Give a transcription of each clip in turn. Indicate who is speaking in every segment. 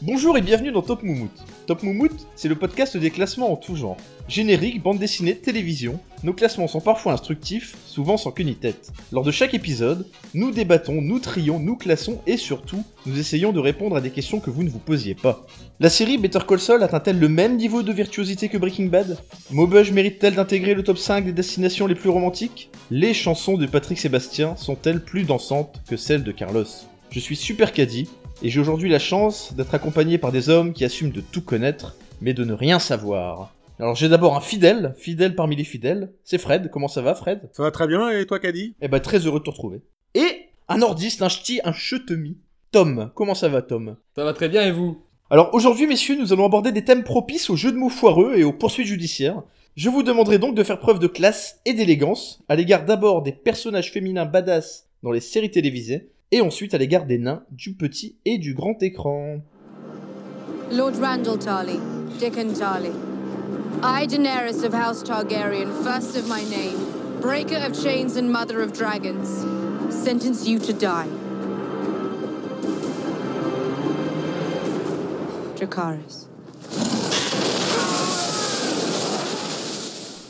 Speaker 1: Bonjour et bienvenue dans Top Moumout. Top Moumout, c'est le podcast des classements en tout genre. Générique, bande dessinée, télévision, nos classements sont parfois instructifs, souvent sans queue ni tête. Lors de chaque épisode, nous débattons, nous trions, nous classons et surtout, nous essayons de répondre à des questions que vous ne vous posiez pas. La série Better Call Saul atteint-elle le même niveau de virtuosité que Breaking Bad Maubeuge mérite-t-elle d'intégrer le top 5 des destinations les plus romantiques Les chansons de Patrick Sébastien sont-elles plus dansantes que celles de Carlos Je suis Super Caddy et j'ai aujourd'hui la chance d'être accompagné par des hommes qui assument de tout connaître, mais de ne rien savoir. Alors j'ai d'abord un fidèle, fidèle parmi les fidèles, c'est Fred, comment ça va Fred
Speaker 2: Ça va très bien, et toi, Caddy
Speaker 1: Eh ben très heureux de te retrouver. Et un nordiste, un ch'ti, un chetemi, Tom, comment ça va Tom
Speaker 3: Ça va très bien et vous
Speaker 1: Alors aujourd'hui messieurs, nous allons aborder des thèmes propices aux jeux de mots foireux et aux poursuites judiciaires. Je vous demanderai donc de faire preuve de classe et d'élégance, à l'égard d'abord des personnages féminins badass dans les séries télévisées, et ensuite à l'égard des nains, du petit et du grand écran.
Speaker 4: Lord Randall Tarly, Dickon Tarly. I, Daenerys of House Targaryen, first of my name, breaker of chains and mother of dragons, sentence you to die. Dracarys.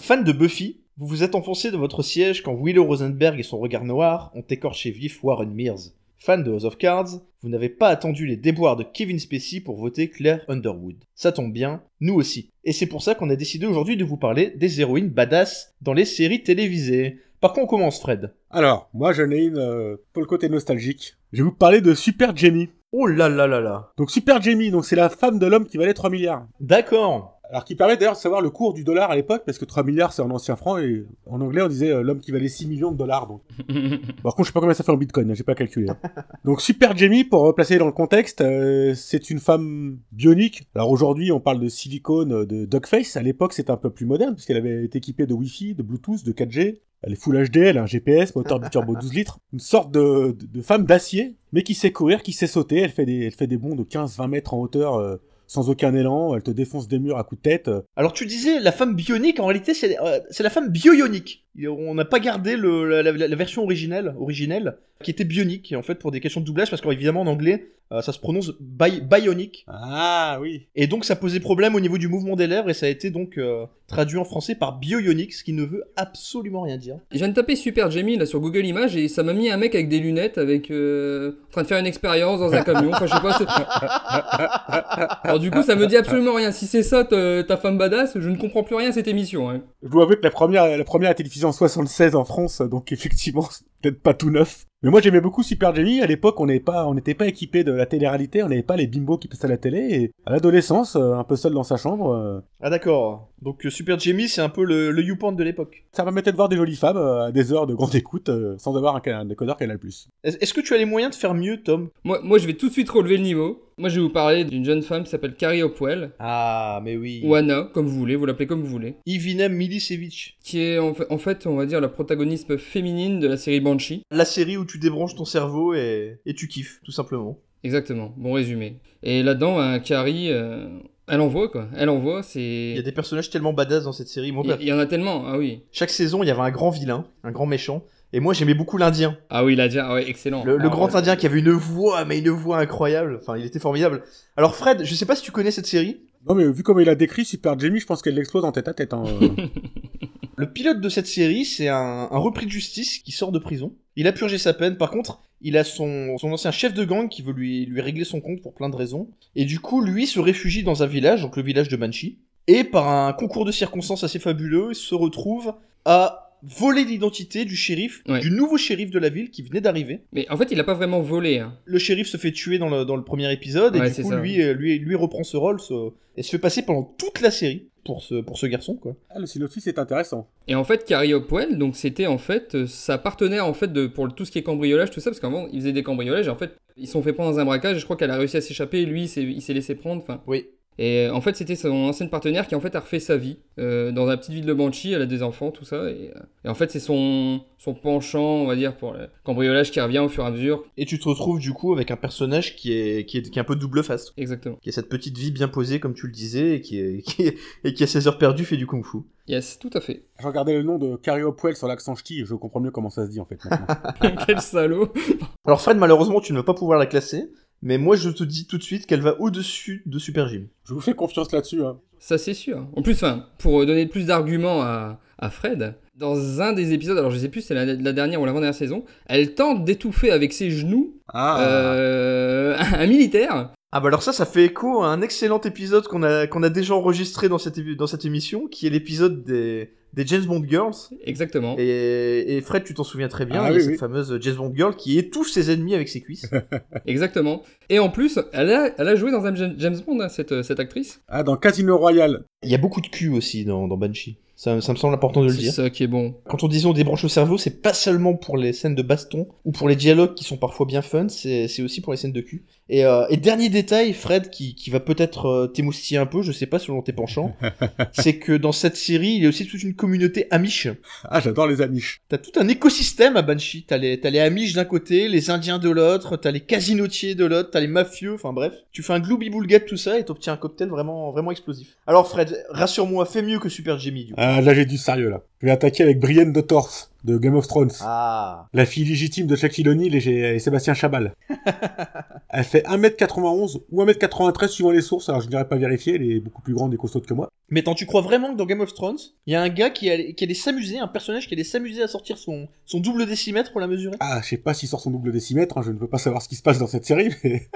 Speaker 1: Fan de Buffy, vous vous êtes enfoncé dans votre siège quand Willow Rosenberg et son regard noir ont écorché vif Warren Mears. Fan de House of Cards, vous n'avez pas attendu les déboires de Kevin Spacey pour voter Claire Underwood. Ça tombe bien, nous aussi. Et c'est pour ça qu'on a décidé aujourd'hui de vous parler des héroïnes badass dans les séries télévisées. Par quoi on commence, Fred
Speaker 2: Alors, moi, j'en ai une euh, pour le côté nostalgique. Je vais vous parler de Super Jamie.
Speaker 1: Oh là là là là
Speaker 2: Donc, Super Jamie, donc c'est la femme de l'homme qui valait 3 milliards.
Speaker 1: D'accord
Speaker 2: Alors, qui permet d'ailleurs de savoir le cours du dollar à l'époque, parce que 3 milliards, c'est en ancien franc, et en anglais, on disait euh, l'homme qui valait 6 millions de dollars. Donc. Par contre, je sais pas combien ça fait en bitcoin, hein, j'ai pas calculé. hein. Donc Super Jamie, pour replacer dans le contexte, euh, c'est une femme bionique. Alors aujourd'hui, on parle de silicone, euh, de duckface. À l'époque, c'était un peu plus moderne, puisqu'elle avait été équipée de Wi-Fi, de Bluetooth, de 4G. Elle est Full HD, elle a un GPS, moteur biturbo 12 litres. Une sorte de, de- de femme d'acier, mais qui sait courir, qui sait sauter. Elle fait des, elle fait des bonds de 15-20 mètres en hauteur, euh, sans aucun élan. Elle te défonce des murs à coups de tête. euh.
Speaker 1: Alors tu disais la femme bionique, en réalité c'est euh, c'est la femme bioionique. Et On n'a pas gardé le- la, la- la version originelle, originelle, qui était bionique, et en fait pour des questions de doublage, parce qu'évidemment en anglais euh, ça se prononce bi- bionique,
Speaker 2: Ah oui
Speaker 1: et donc ça posait problème au niveau du mouvement des lèvres, et ça a été donc euh, traduit en français par bioionique, ce qui ne veut absolument rien dire.
Speaker 3: Je viens de taper Super Jamie là sur Google Images et ça m'a mis un mec avec des lunettes avec euh, en train de faire une expérience dans un camion. Enfin, je sais pas. c'est- Alors du coup, ça me dit absolument rien. Si c'est ça te- ta femme badass, je ne comprends plus rien à cette émission. hein.
Speaker 2: Je dois avouer que la première, la première a été diffusée en 76 en France, donc effectivement, c'est peut-être pas tout neuf. Mais moi, j'aimais beaucoup Super Jamie. À l'époque, on n'avait pas, on n'était pas équipé de la télé-réalité, on n'avait pas les bimbos qui passaient à la télé. Et à l'adolescence, euh, un peu seul dans sa chambre, euh,
Speaker 1: Ah d'accord, donc euh, Super Jamie c'est un peu le, le YouPorn de l'époque.
Speaker 2: ça permettait de voir des jolies femmes euh, à des heures de grande écoute, euh, sans avoir un, can- un décodeur Canal+.
Speaker 1: Est- Est-ce que tu as les moyens de faire mieux, Tom
Speaker 3: Moi, moi, je vais tout de suite relever le niveau. Moi, je vais vous parler d'une jeune femme qui s'appelle Carrie Hopwell
Speaker 1: Ah mais oui.
Speaker 3: ou Anna, comme vous voulez, vous l'appelez comme vous voulez,
Speaker 1: Ivinem Milicevic.
Speaker 3: qui est en fa- en fait, on va dire, la protagoniste féminine de la série Banshee.
Speaker 1: La série où tu débranches ton cerveau et, et tu kiffes, tout simplement.
Speaker 3: Exactement, bon résumé. Et là-dedans, un Carrie, euh, elle envoie quoi. Elle envoie,
Speaker 1: Il y a
Speaker 3: c'est.
Speaker 1: des personnages tellement badass dans cette série. Mon
Speaker 3: Il
Speaker 1: père.
Speaker 3: il y en a tellement, ah oui.
Speaker 1: Chaque saison, il y avait un grand vilain, un grand méchant. Et moi, j'aimais beaucoup l'Indien.
Speaker 3: Ah oui, il a dit, ah ouais, excellent.
Speaker 1: Le, le
Speaker 3: Ah
Speaker 1: grand
Speaker 3: ouais.
Speaker 1: Indien qui avait une voix, mais une voix incroyable. Enfin, il était formidable. Alors, Fred, je sais pas si tu connais cette série.
Speaker 2: Non mais vu comme il a décrit Super Jamie, je pense qu'elle l'explose en tête à tête. hein, euh.
Speaker 1: Le pilote de cette série, c'est un, un repris de justice qui sort de prison. Il a purgé sa peine. Par contre, il a son, son ancien chef de gang qui veut lui, lui régler son compte pour plein de raisons. Et du coup, lui se réfugie dans un village, donc le village de Manchi. Et par un concours de circonstances assez fabuleux, il se retrouve à voler l'identité du shérif,
Speaker 3: Ouais.
Speaker 1: du nouveau shérif de la ville qui venait d'arriver.
Speaker 3: Mais en fait, il a pas vraiment volé. hein.
Speaker 1: le shérif se fait tuer dans le, dans le premier épisode
Speaker 3: Ouais,
Speaker 1: et du
Speaker 3: c'est
Speaker 1: coup
Speaker 3: ça.
Speaker 1: lui, euh, lui lui reprend ce rôle ce- et se fait passer pendant toute la série pour ce pour ce garçon quoi.
Speaker 2: Ah, le synopsis est intéressant.
Speaker 3: Et en fait, Carrie Hopwell, donc c'était en fait euh, sa partenaire en fait de pour le- tout ce qui est cambriolage, tout ça, parce qu'avant ils faisaient des cambriolages. Et en fait, ils se sont fait prendre dans un braquage. Et je crois qu'elle a réussi à s'échapper. et Lui, il s'est- il s'est laissé prendre. Enfin,
Speaker 1: Oui.
Speaker 3: Et euh, en fait, c'était son ancienne partenaire qui en fait a refait sa vie euh, dans la petite ville de Banshee. Elle a des enfants, tout ça. Et, euh, et en fait, c'est son, son penchant, on va dire, pour le cambriolage qui revient au fur et à mesure.
Speaker 1: Et tu te retrouves du coup avec un personnage qui est qui est, qui est un peu double face,
Speaker 3: Exactement.
Speaker 1: qui a cette petite vie bien posée comme tu le disais et qui est, qui est- et qui à ses heures perdues fait du kung-fu.
Speaker 3: Yes, tout à fait.
Speaker 2: Je regardais le nom de Carrie Hopwell sur l'accent ch'ti, et je comprends mieux comment ça se dit en fait maintenant.
Speaker 3: Quel salaud.
Speaker 1: Alors Fred malheureusement tu ne vas pas pouvoir la classer. Mais moi, je te dis tout de suite qu'elle va au-dessus de Super Jim.
Speaker 2: Je vous fais confiance là-dessus. Hein.
Speaker 3: Ça, c'est sûr. En plus, enfin, pour donner plus d'arguments à, à Fred, dans un des épisodes, alors je sais plus, c'est la, la dernière ou l'avant-dernière saison, elle tente d'étouffer avec ses genoux
Speaker 2: Ah.
Speaker 3: euh, un militaire.
Speaker 1: Ah bah alors ça, ça fait écho à un excellent épisode qu'on a, qu'on a déjà enregistré dans cette, évi- dans cette émission, qui est l'épisode des, des James Bond Girls.
Speaker 3: Exactement.
Speaker 1: Et, et Fred, tu t'en souviens très bien,
Speaker 2: Oh.
Speaker 1: il
Speaker 2: Ah
Speaker 1: y a
Speaker 2: oui,
Speaker 1: cette
Speaker 2: oui.
Speaker 1: fameuse James Bond Girl qui étouffe ses ennemis avec ses cuisses.
Speaker 3: Exactement. Et en plus, elle a, elle a joué dans un Jam- James Bond, hein, cette, cette actrice.
Speaker 2: Ah, dans Casino Royale.
Speaker 1: il y a beaucoup de cul aussi dans, dans Banshee. Ça, ça me semble important de le
Speaker 3: C'est
Speaker 1: dire.
Speaker 3: ça qui est bon.
Speaker 1: Quand on disait on débranche le cerveau, c'est pas seulement pour les scènes de baston ou pour les dialogues qui sont parfois bien fun, c'est c'est aussi pour les scènes de cul. Et, euh, et dernier détail, Fred, qui, qui va peut-être euh, t'émoustiller un peu, je sais pas selon tes penchants, c'est que dans cette série, il y a aussi toute une communauté amiche.
Speaker 2: Ah, j'adore les Amish.
Speaker 1: T'as tout un écosystème à Banshee. T'as les, t'as les Amish d'un côté, les Indiens de l'autre, t'as les casinotiers de l'autre, t'as les mafieux, enfin bref. Tu fais un gloubi-boulga de tout ça et t'obtiens un cocktail vraiment, vraiment explosif. Alors Fred, rassure-moi, fais mieux que Super Jimmy, du coup.
Speaker 2: Ah, là, j'ai du sérieux, là. Je vais attaquer avec Brienne de Torse, de Game of Thrones.
Speaker 1: Ah.
Speaker 2: La fille légitime de Shaquille O'Neal et, j'ai- et Sébastien Chabal. elle fait 1m91 ou 1m93 suivant les sources, alors je n'irai pas vérifier, elle est beaucoup plus grande et costaud que moi.
Speaker 1: Mais attends, tu crois vraiment que dans Game of Thrones, il y a un gars qui allait, qui allait s'amuser, un personnage qui allait s'amuser à sortir son, son double décimètre pour la mesurer
Speaker 2: Ah, je sais pas s'il sort son double décimètre, hein, je ne peux pas savoir ce qui se passe dans cette série, mais...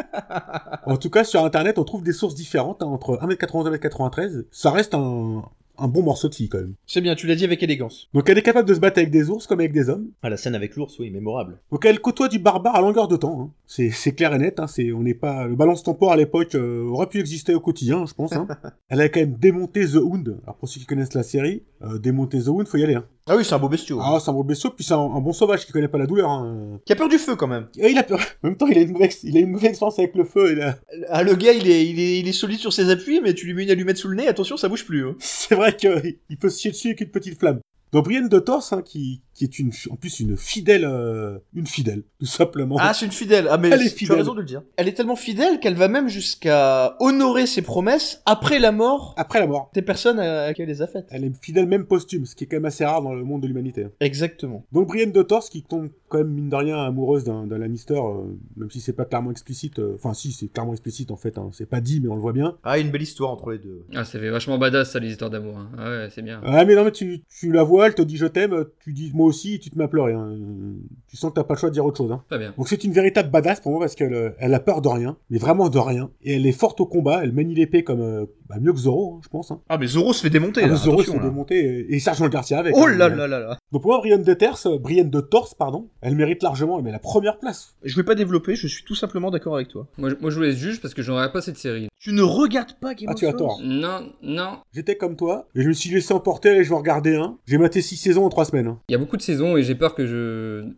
Speaker 2: en tout cas, sur Internet, on trouve des sources différentes, hein, entre 1m91 et 1m93, ça reste un... un bon morceau de fille, quand même.
Speaker 1: C'est bien, tu l'as dit avec élégance.
Speaker 2: Donc elle est capable de se battre avec des ours comme avec des hommes.
Speaker 1: Ah, la scène avec l'ours, oui, mémorable.
Speaker 2: Donc elle côtoie du barbare à longueur de temps. hein. C'est, c'est clair et net. hein. C'est, on n'est pas le balance temporaire à l'époque euh, aurait pu exister au quotidien, je pense. hein. elle a quand même démonté The Hound. Alors pour ceux qui connaissent la série, euh, démonter The Hound, faut y aller. hein.
Speaker 1: Ah oui, c'est un beau bestiau.
Speaker 2: Ah, c'est un beau bestiau, puis c'est un, un bon sauvage qui connaît pas la douleur. hein.
Speaker 1: Qui a peur du feu quand même.
Speaker 2: Et il a peur. En même temps, il a une mauvaise, il a une mauvaise expérience avec le feu. il a-
Speaker 1: Ah, le gars, il est, il, est, il est solide sur ses appuis, mais tu lui mets une allumette sous le nez, attention, ça bouge plus. hein.
Speaker 2: C'est vrai qu'il peut se chier dessus avec une petite flamme. Donc Brienne de Torse, hein, qui, qui est une, en plus une fidèle, euh, une fidèle, tout simplement.
Speaker 1: Ah, c'est une fidèle. Ah, mais
Speaker 2: Elle est
Speaker 1: tu as
Speaker 2: fidèle.
Speaker 1: raison de le dire. Elle est tellement fidèle qu'elle va même jusqu'à honorer ses promesses après la mort
Speaker 2: Après la mort.
Speaker 1: des personnes à, à qui elle les a faites.
Speaker 2: Elle est fidèle même posthume, ce qui est quand même assez rare dans le monde de l'humanité. hein.
Speaker 1: Exactement.
Speaker 2: Donc Brienne de Torse qui tombe quand même mine de rien amoureuse d'un d'un Lannister, euh, même si c'est pas clairement explicite. euh, Enfin si, c'est clairement explicite en fait. hein, c'est pas dit, mais on le voit bien.
Speaker 1: Ah, une belle histoire entre les deux.
Speaker 3: Ah, ça fait vachement badass, ça, les histoires d'amour. hein. Ah ouais, c'est bien.
Speaker 2: Ah mais non mais tu, tu la vois, elle te dit je t'aime, tu dis moi aussi, et tu te mets à pleurer. hein. Tu sens que t'as pas le choix de dire autre chose. Hein.
Speaker 3: Très bien.
Speaker 2: Donc c'est une véritable badass pour moi parce qu'elle euh, elle a peur de rien, mais vraiment de rien. Et elle est forte au combat, elle manie l'épée comme euh, bah, mieux que Zoro, hein, je pense. Hein.
Speaker 1: Ah, mais Zoro se fait démonter.
Speaker 2: Ah,
Speaker 1: là,
Speaker 2: Zoro se
Speaker 1: attention,
Speaker 2: fait
Speaker 1: là.
Speaker 2: démonter et, et Sergent Garcia avec.
Speaker 1: Oh
Speaker 2: hein.
Speaker 1: là là là là.
Speaker 2: Donc pour moi Brienne de Torse, euh, Brienne de Torse pardon, elle mérite largement, mais la première place.
Speaker 1: Je vais pas développer, je suis tout simplement d'accord avec toi.
Speaker 3: Moi, je- moi, je vous laisse juge parce que je n'aurai pas cette série.
Speaker 1: Tu ne regardes pas Game
Speaker 2: Ah,
Speaker 1: of
Speaker 2: tu as
Speaker 1: Thrones
Speaker 2: tort.
Speaker 3: Non, non.
Speaker 2: J'étais comme toi, et je me suis laissé emporter, et je vais en regarder un. J'ai maté 6 saisons en 3 semaines. hein.
Speaker 3: Il y a beaucoup de saisons et j'ai peur que je.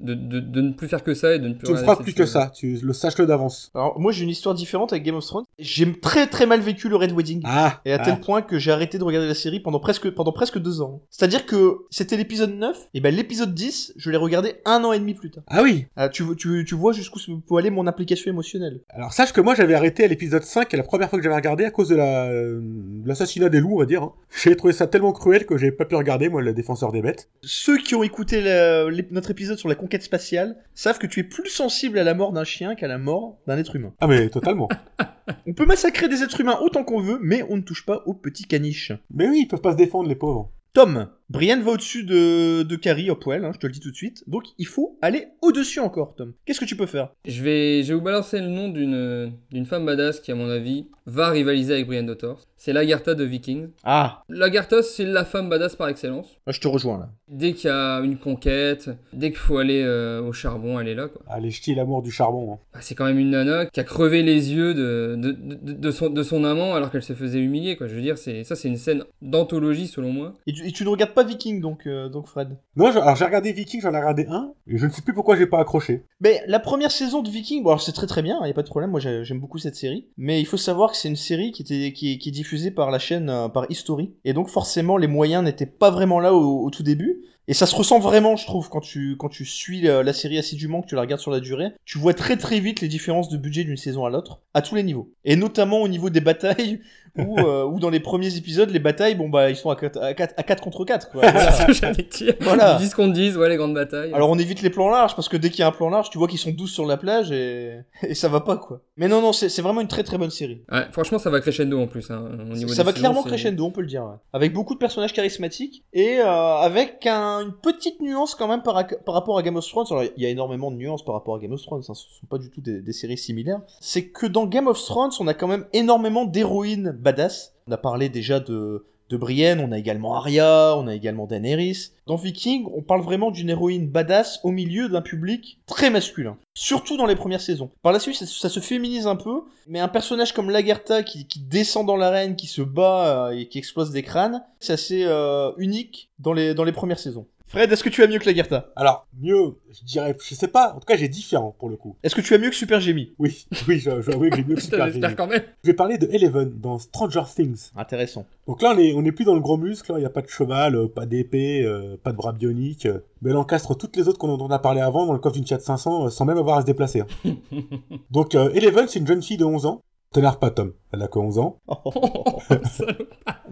Speaker 3: De, de- de ne plus faire que ça et de ne plus.
Speaker 2: Tu ne
Speaker 3: regarder
Speaker 2: feras
Speaker 3: cette
Speaker 2: plus que
Speaker 3: série.
Speaker 2: ça, tu le saches-le d'avance.
Speaker 1: Alors, moi j'ai une histoire différente avec Game of Thrones. J'ai très très mal vécu le Red Wedding.
Speaker 2: Ah
Speaker 1: Et à
Speaker 2: ah.
Speaker 1: tel point que j'ai arrêté de regarder la série pendant presque, pendant presque deux ans. C'est-à-dire que c'était l'épisode 9, et ben l'épisode 10, je l'ai regardé un an et demi plus tard.
Speaker 2: Ah oui
Speaker 1: Ah, tu, tu, tu vois jusqu'où se- peut aller mon application émotionnelle.
Speaker 2: Alors sache que moi j'avais arrêté à l'épisode 5, et la première fois que j'avais regardé à cause de la- euh, de l'assassinat des loups, on va dire. hein. J'ai trouvé ça tellement cruel que j'ai pas pu regarder, moi, le défenseur des bêtes.
Speaker 1: Ceux qui ont écouté la- l'ép- notre épisode sur la conquête spatiale savent que tu es plus sensible à la mort d'un chien qu'à la mort d'un être humain.
Speaker 2: Ah mais totalement.
Speaker 1: On peut massacrer des êtres humains autant qu'on veut, mais on ne touche pas aux petits caniches.
Speaker 2: mais oui, ils peuvent pas se défendre, les pauvres.
Speaker 1: Tom, Brienne va au-dessus de, de Carrie Hopwell, hein, je te le dis tout de suite. Donc il faut aller au-dessus encore, Tom. Qu'est-ce que tu peux faire
Speaker 3: Je vais, je vais vous balancer le nom d'une d'une femme badass qui, à mon avis, va rivaliser avec Brienne de Torse. C'est Lagarta de Vikings.
Speaker 1: Ah,
Speaker 3: Lagarta, c'est la femme badass par excellence.
Speaker 1: je te rejoins là.
Speaker 3: Dès qu'il y a une conquête, dès qu'il faut aller euh, au charbon, elle est là. Quoi.
Speaker 2: Allez, ch'ti l'amour du charbon. hein.
Speaker 3: Bah, c'est quand même une nana qui a crevé les yeux de, de, de, de son, de son amant alors qu'elle se faisait humilier. Quoi. Je veux dire, c'est, ça, c'est une scène d'anthologie selon moi.
Speaker 1: Et tu, et tu ne regardes pas Viking donc, euh, donc Fred.
Speaker 2: Non, je- alors j'ai regardé Viking, j'en ai regardé un, et je ne sais plus pourquoi j'ai pas accroché.
Speaker 1: Mais la première saison de Viking, bon alors c'est très très bien, il a pas de problème, moi j'ai- j'aime beaucoup cette série. Mais il faut savoir que c'est une série qui, était, qui, est- qui est diffusée par la chaîne, euh, par History. Et donc forcément les moyens n'étaient pas vraiment là au, au tout début. Et ça se ressent vraiment, je trouve, quand tu, quand tu suis euh, la série assidûment, que tu la regardes sur la durée. Tu vois très très vite les différences de budget d'une saison à l'autre, à tous les niveaux. Et notamment au niveau des batailles, où, euh, où dans les premiers épisodes, les batailles, bon bah ils sont à 4, à quatre- à quatre contre 4. Quoi. Voilà.
Speaker 3: C'est ce que j'allais dire.
Speaker 1: Voilà.
Speaker 3: Ils disent qu'on dise, ouais, les grandes batailles.
Speaker 1: Alors on évite les plans larges parce que dès qu'il y a un plan large, tu vois qu'ils sont 12 sur la plage et, et ça va pas quoi. Mais non non, c'est c'est vraiment une très très bonne série.
Speaker 3: Ouais, franchement, ça va crescendo en plus. hein, au niveau
Speaker 1: ça
Speaker 3: des
Speaker 1: va
Speaker 3: saisons,
Speaker 1: clairement
Speaker 3: c'est-
Speaker 1: crescendo, on peut le dire. ouais. Avec beaucoup de personnages charismatiques et euh, avec un- une petite nuance quand même par, ac- par rapport à Game of Thrones. Alors il y a énormément de nuances par rapport à Game of Thrones, hein, ce ne sont pas du tout des, des séries similaires. C'est que dans Game of Thrones, on a quand même énormément d'héroïnes badass. On a parlé déjà de, de Brienne, on a également Arya, on a également Daenerys. Dans Viking, on parle vraiment d'une héroïne badass au milieu d'un public très masculin. Surtout dans les premières saisons. Par la suite, ça, ça se féminise un peu, mais un personnage comme Lagertha qui, qui descend dans l'arène, qui se bat euh, et qui explose des crânes, c'est assez euh, unique dans les, dans les premières saisons. Fred, est-ce que tu as mieux que Lagertha
Speaker 2: Alors, mieux, je dirais, je sais pas, en tout cas, j'ai différent pour le coup.
Speaker 1: Est-ce que tu as mieux que Super Jamie
Speaker 2: Oui, oui, je, je oui, que j'ai mieux que
Speaker 3: Putain,
Speaker 2: Super Génie.
Speaker 3: j'espère quand même.
Speaker 2: Je vais parler de Eleven dans Stranger Things.
Speaker 1: Intéressant.
Speaker 2: Donc là, on est, on est plus dans le gros muscle, hein. il n'y a pas de cheval, euh, pas d'épée, euh, pas de bras bioniques, euh, mais elle encastre toutes les autres qu'on- dont on a parlé avant dans le coffre d'une Fiat 500 euh, sans même avoir à se déplacer. hein. Donc euh, Eleven, c'est une jeune fille de 11 ans. T'énerve pas, Tom, elle a que 11 ans.
Speaker 1: Oh,
Speaker 3: Salaud.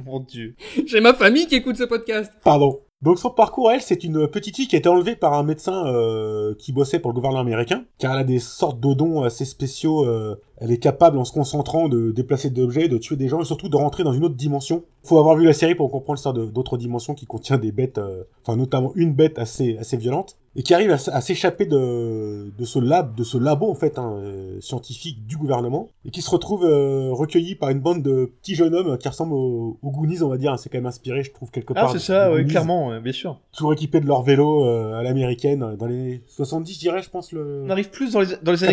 Speaker 1: mon dieu.
Speaker 3: J'ai ma famille qui écoute ce podcast.
Speaker 2: Pardon. Donc son parcours, elle, c'est une petite fille qui a été enlevée par un médecin euh, qui bossait pour le gouvernement américain, car elle a des sortes de dons assez spéciaux. euh, elle est capable, en se concentrant, de déplacer des objets, de tuer des gens, et surtout de rentrer dans une autre dimension. Faut avoir vu la série pour comprendre ça de- d'autres dimensions qui contient des bêtes, euh, enfin notamment une bête assez assez violente, et qui arrive à, s- à s'échapper de, de ce lab, de ce labo en fait hein, euh, scientifique du gouvernement, et qui se retrouve euh, recueillie par une bande de petits jeunes hommes euh, qui ressemblent aux, aux Goonies, on va dire. hein. C'est quand même inspiré, je trouve quelque part.
Speaker 1: Ah, c'est ça,
Speaker 2: des
Speaker 1: ouais,
Speaker 2: Goonies
Speaker 1: clairement, ouais, bien sûr.
Speaker 2: toujours équipés de leur vélo euh, à l'américaine euh, dans les années 70, je dirais, je pense. Le...
Speaker 1: On arrive plus dans les, dans les années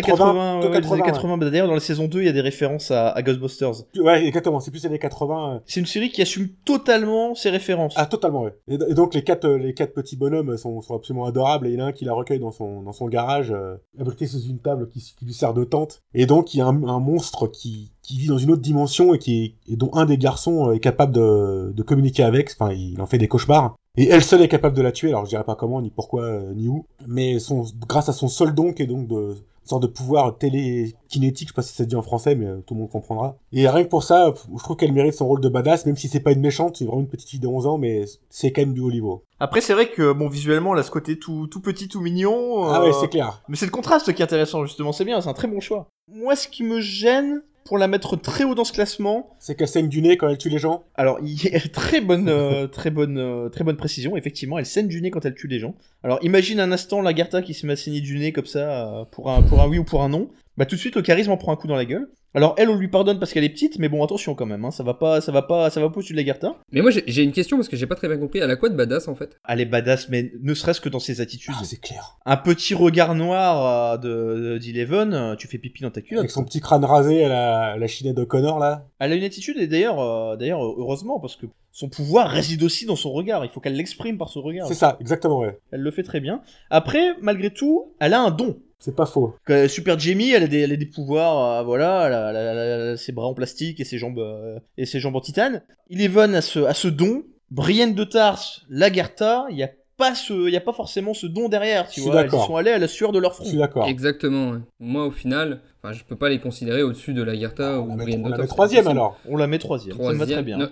Speaker 1: 80.
Speaker 2: 80, plutôt
Speaker 1: ouais, les années
Speaker 2: 80,
Speaker 1: 80. Bah, D'ailleurs, dans la saison 2, il y a des références à, à Ghostbusters.
Speaker 2: Ouais, exactement, c'est plus les années 80. euh.
Speaker 1: C'est une série qui assume totalement ses références.
Speaker 2: Ah, totalement, ouais. Et, et donc, les quatre, euh, les quatre petits bonhommes euh, sont, sont absolument adorables. Et il y en a un qui la recueille dans son, dans son garage, euh, abrité sous une table qui, s- qui lui sert de tente. Et donc, il y a un, un monstre qui, qui vit dans une autre dimension et, qui, est- et dont un des garçons euh, est capable de, de communiquer avec. Enfin, il en fait des cauchemars. Et elle seule est capable de la tuer, alors je dirais pas comment, ni pourquoi, euh, ni où. Mais son, grâce à son seul don, qui est donc de une sorte de pouvoir télékinétique, je sais pas si ça se dit en français, mais euh, tout le monde comprendra. Et rien que pour ça, pff, je trouve qu'elle mérite son rôle de badass, même si c'est pas une méchante, c'est vraiment une petite fille de 11 ans, mais c'est quand même du haut niveau.
Speaker 1: Après, c'est vrai que, bon, visuellement, là, ce côté tout, tout petit, tout mignon.
Speaker 2: Ah
Speaker 1: euh,
Speaker 2: ouais, c'est clair.
Speaker 1: Mais c'est le contraste qui est intéressant, justement, c'est bien, c'est un très bon choix. Moi, ce qui me gêne pour la mettre très haut dans ce classement,
Speaker 2: C'est qu'elle saigne du nez quand elle tue les gens.
Speaker 1: alors, il y a très bonne, euh, très bonne, euh, très bonne précision, effectivement, elle saigne du nez quand elle tue les gens. Alors, imagine un instant Lagarta qui se met à saigner du nez comme ça, euh, pour un, pour un oui ou pour un non. Bah, tout de suite, le charisme en prend un coup dans la gueule. Alors, elle, on lui pardonne parce qu'elle est petite, mais bon, attention quand même, hein, ça va pas, ça va pas, ça va pas au-dessus de Lagarta.
Speaker 3: Mais moi, j'ai j'ai une question parce que j'ai pas très bien compris. Elle a quoi de badass en fait
Speaker 1: Elle est Ah, badass, mais ne serait-ce que dans ses attitudes.
Speaker 2: Ah, c'est clair.
Speaker 1: un petit regard noir euh, de, de- d'Eleven, euh, tu fais pipi dans ta culotte.
Speaker 2: Avec son petit crâne rasé à la, la chinette de Connor, là.
Speaker 1: Elle a une attitude, et d'ailleurs, euh, d'ailleurs, heureusement, parce que son pouvoir réside aussi dans son regard. Il faut qu'elle l'exprime par son regard.
Speaker 2: C'est ça, exactement, ouais.
Speaker 1: Elle le fait très bien. Après, malgré tout, elle a un don.
Speaker 2: C'est pas faux.
Speaker 1: Que- Super Jamie, elle a des, elle a des pouvoirs, euh, voilà, elle a, elle a- elle a- elle a ses bras en plastique et ses jambes, euh, et ses jambes en titane. Eleven a ce, a ce don. Brienne de Tarse, Lagertha, il n'y a pas ce, il y a pas forcément ce don derrière,
Speaker 2: Je
Speaker 1: tu
Speaker 2: suis
Speaker 1: vois. Elles y
Speaker 2: d'accord.
Speaker 1: sont allées à la sueur de leur
Speaker 2: Je suis
Speaker 1: front.
Speaker 2: d'accord.
Speaker 3: Exactement. ouais. Moi, au final, enfin, je peux pas les considérer au-dessus de la
Speaker 1: Ah,
Speaker 3: Garta
Speaker 2: On
Speaker 3: ou
Speaker 2: la met,
Speaker 3: Brienne
Speaker 2: on la
Speaker 3: Dottor,
Speaker 2: met
Speaker 3: c'est
Speaker 2: troisième
Speaker 3: pas possible.
Speaker 2: alors.
Speaker 1: On la met troisième. Ça me va très
Speaker 3: Troisième.
Speaker 1: bien.
Speaker 3: Non,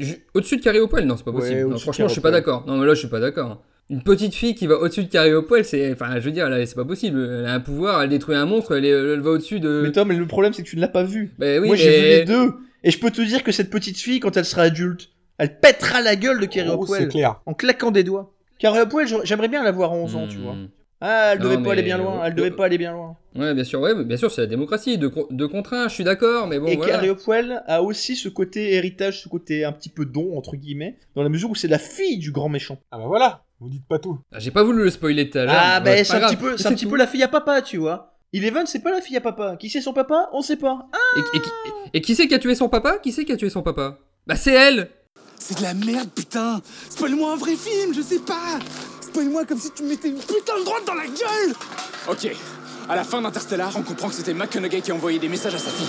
Speaker 3: ju- Au-dessus de Carriopole Non, c'est pas
Speaker 1: Ouais,
Speaker 3: possible. Non,
Speaker 1: au-dessus de
Speaker 3: franchement, je suis pas
Speaker 1: Carriopole.
Speaker 3: d'accord. Non, mais là, je suis pas d'accord. hein. Une petite fille qui va au-dessus de Carriopole, c'est. Enfin, je veux dire, là, c'est pas possible. Elle a un pouvoir, elle détruit un monstre, elle, est- elle va au-dessus de.
Speaker 1: Mais Tom, le problème c'est que tu ne l'as pas vue.
Speaker 3: Bah euh, oui,
Speaker 1: Moi j'ai
Speaker 3: mais-
Speaker 1: vu les deux. Et je peux te dire que cette petite fille, quand elle sera adulte, elle pètera la gueule de Carrie
Speaker 2: Oh, c'est
Speaker 1: Hopwell
Speaker 2: clair.
Speaker 1: en claquant des doigts. Carrie Hopwell, j'aurais- j'aimerais bien la voir à 11 ans, tu
Speaker 3: Hmm.
Speaker 1: vois. Ah, elle
Speaker 3: Non,
Speaker 1: devait
Speaker 3: mais-
Speaker 1: pas aller bien loin, elle devait pas aller bien loin.
Speaker 3: Ouais, bien sûr, ouais, mais bien sûr, c'est la démocratie. De, con- de contre un, je suis d'accord, mais bon,
Speaker 1: et
Speaker 3: voilà.
Speaker 1: Carrie Hopwell a aussi ce côté héritage, ce côté un petit peu don, entre guillemets, dans la mesure où c'est la fille du grand méchant.
Speaker 2: Ah bah voilà, vous dites pas tout.
Speaker 3: Ah, J'ai pas voulu le spoiler tout à l'heure.
Speaker 1: Ah,
Speaker 3: mais
Speaker 1: bah
Speaker 3: bon,
Speaker 1: c'est un
Speaker 3: pas
Speaker 1: petit
Speaker 3: grave.
Speaker 1: peu, c'est un petit
Speaker 3: tout.
Speaker 1: peu la fille à papa, tu vois. Eleven, c'est pas la fille à papa. Qui c'est son papa On sait pas. Ah,
Speaker 3: Et, et qui- et qui c'est qui a tué son papa Qui c'est qui a tué son papa Bah, c'est elle
Speaker 5: C'est de la merde, putain Spoil-moi un vrai film, je sais pas Spoil-moi comme si tu me mettais une putain de droite dans la gueule Ok, à la fin d'Interstellar, on comprend que c'était McConaughey qui a envoyé des messages à sa fille.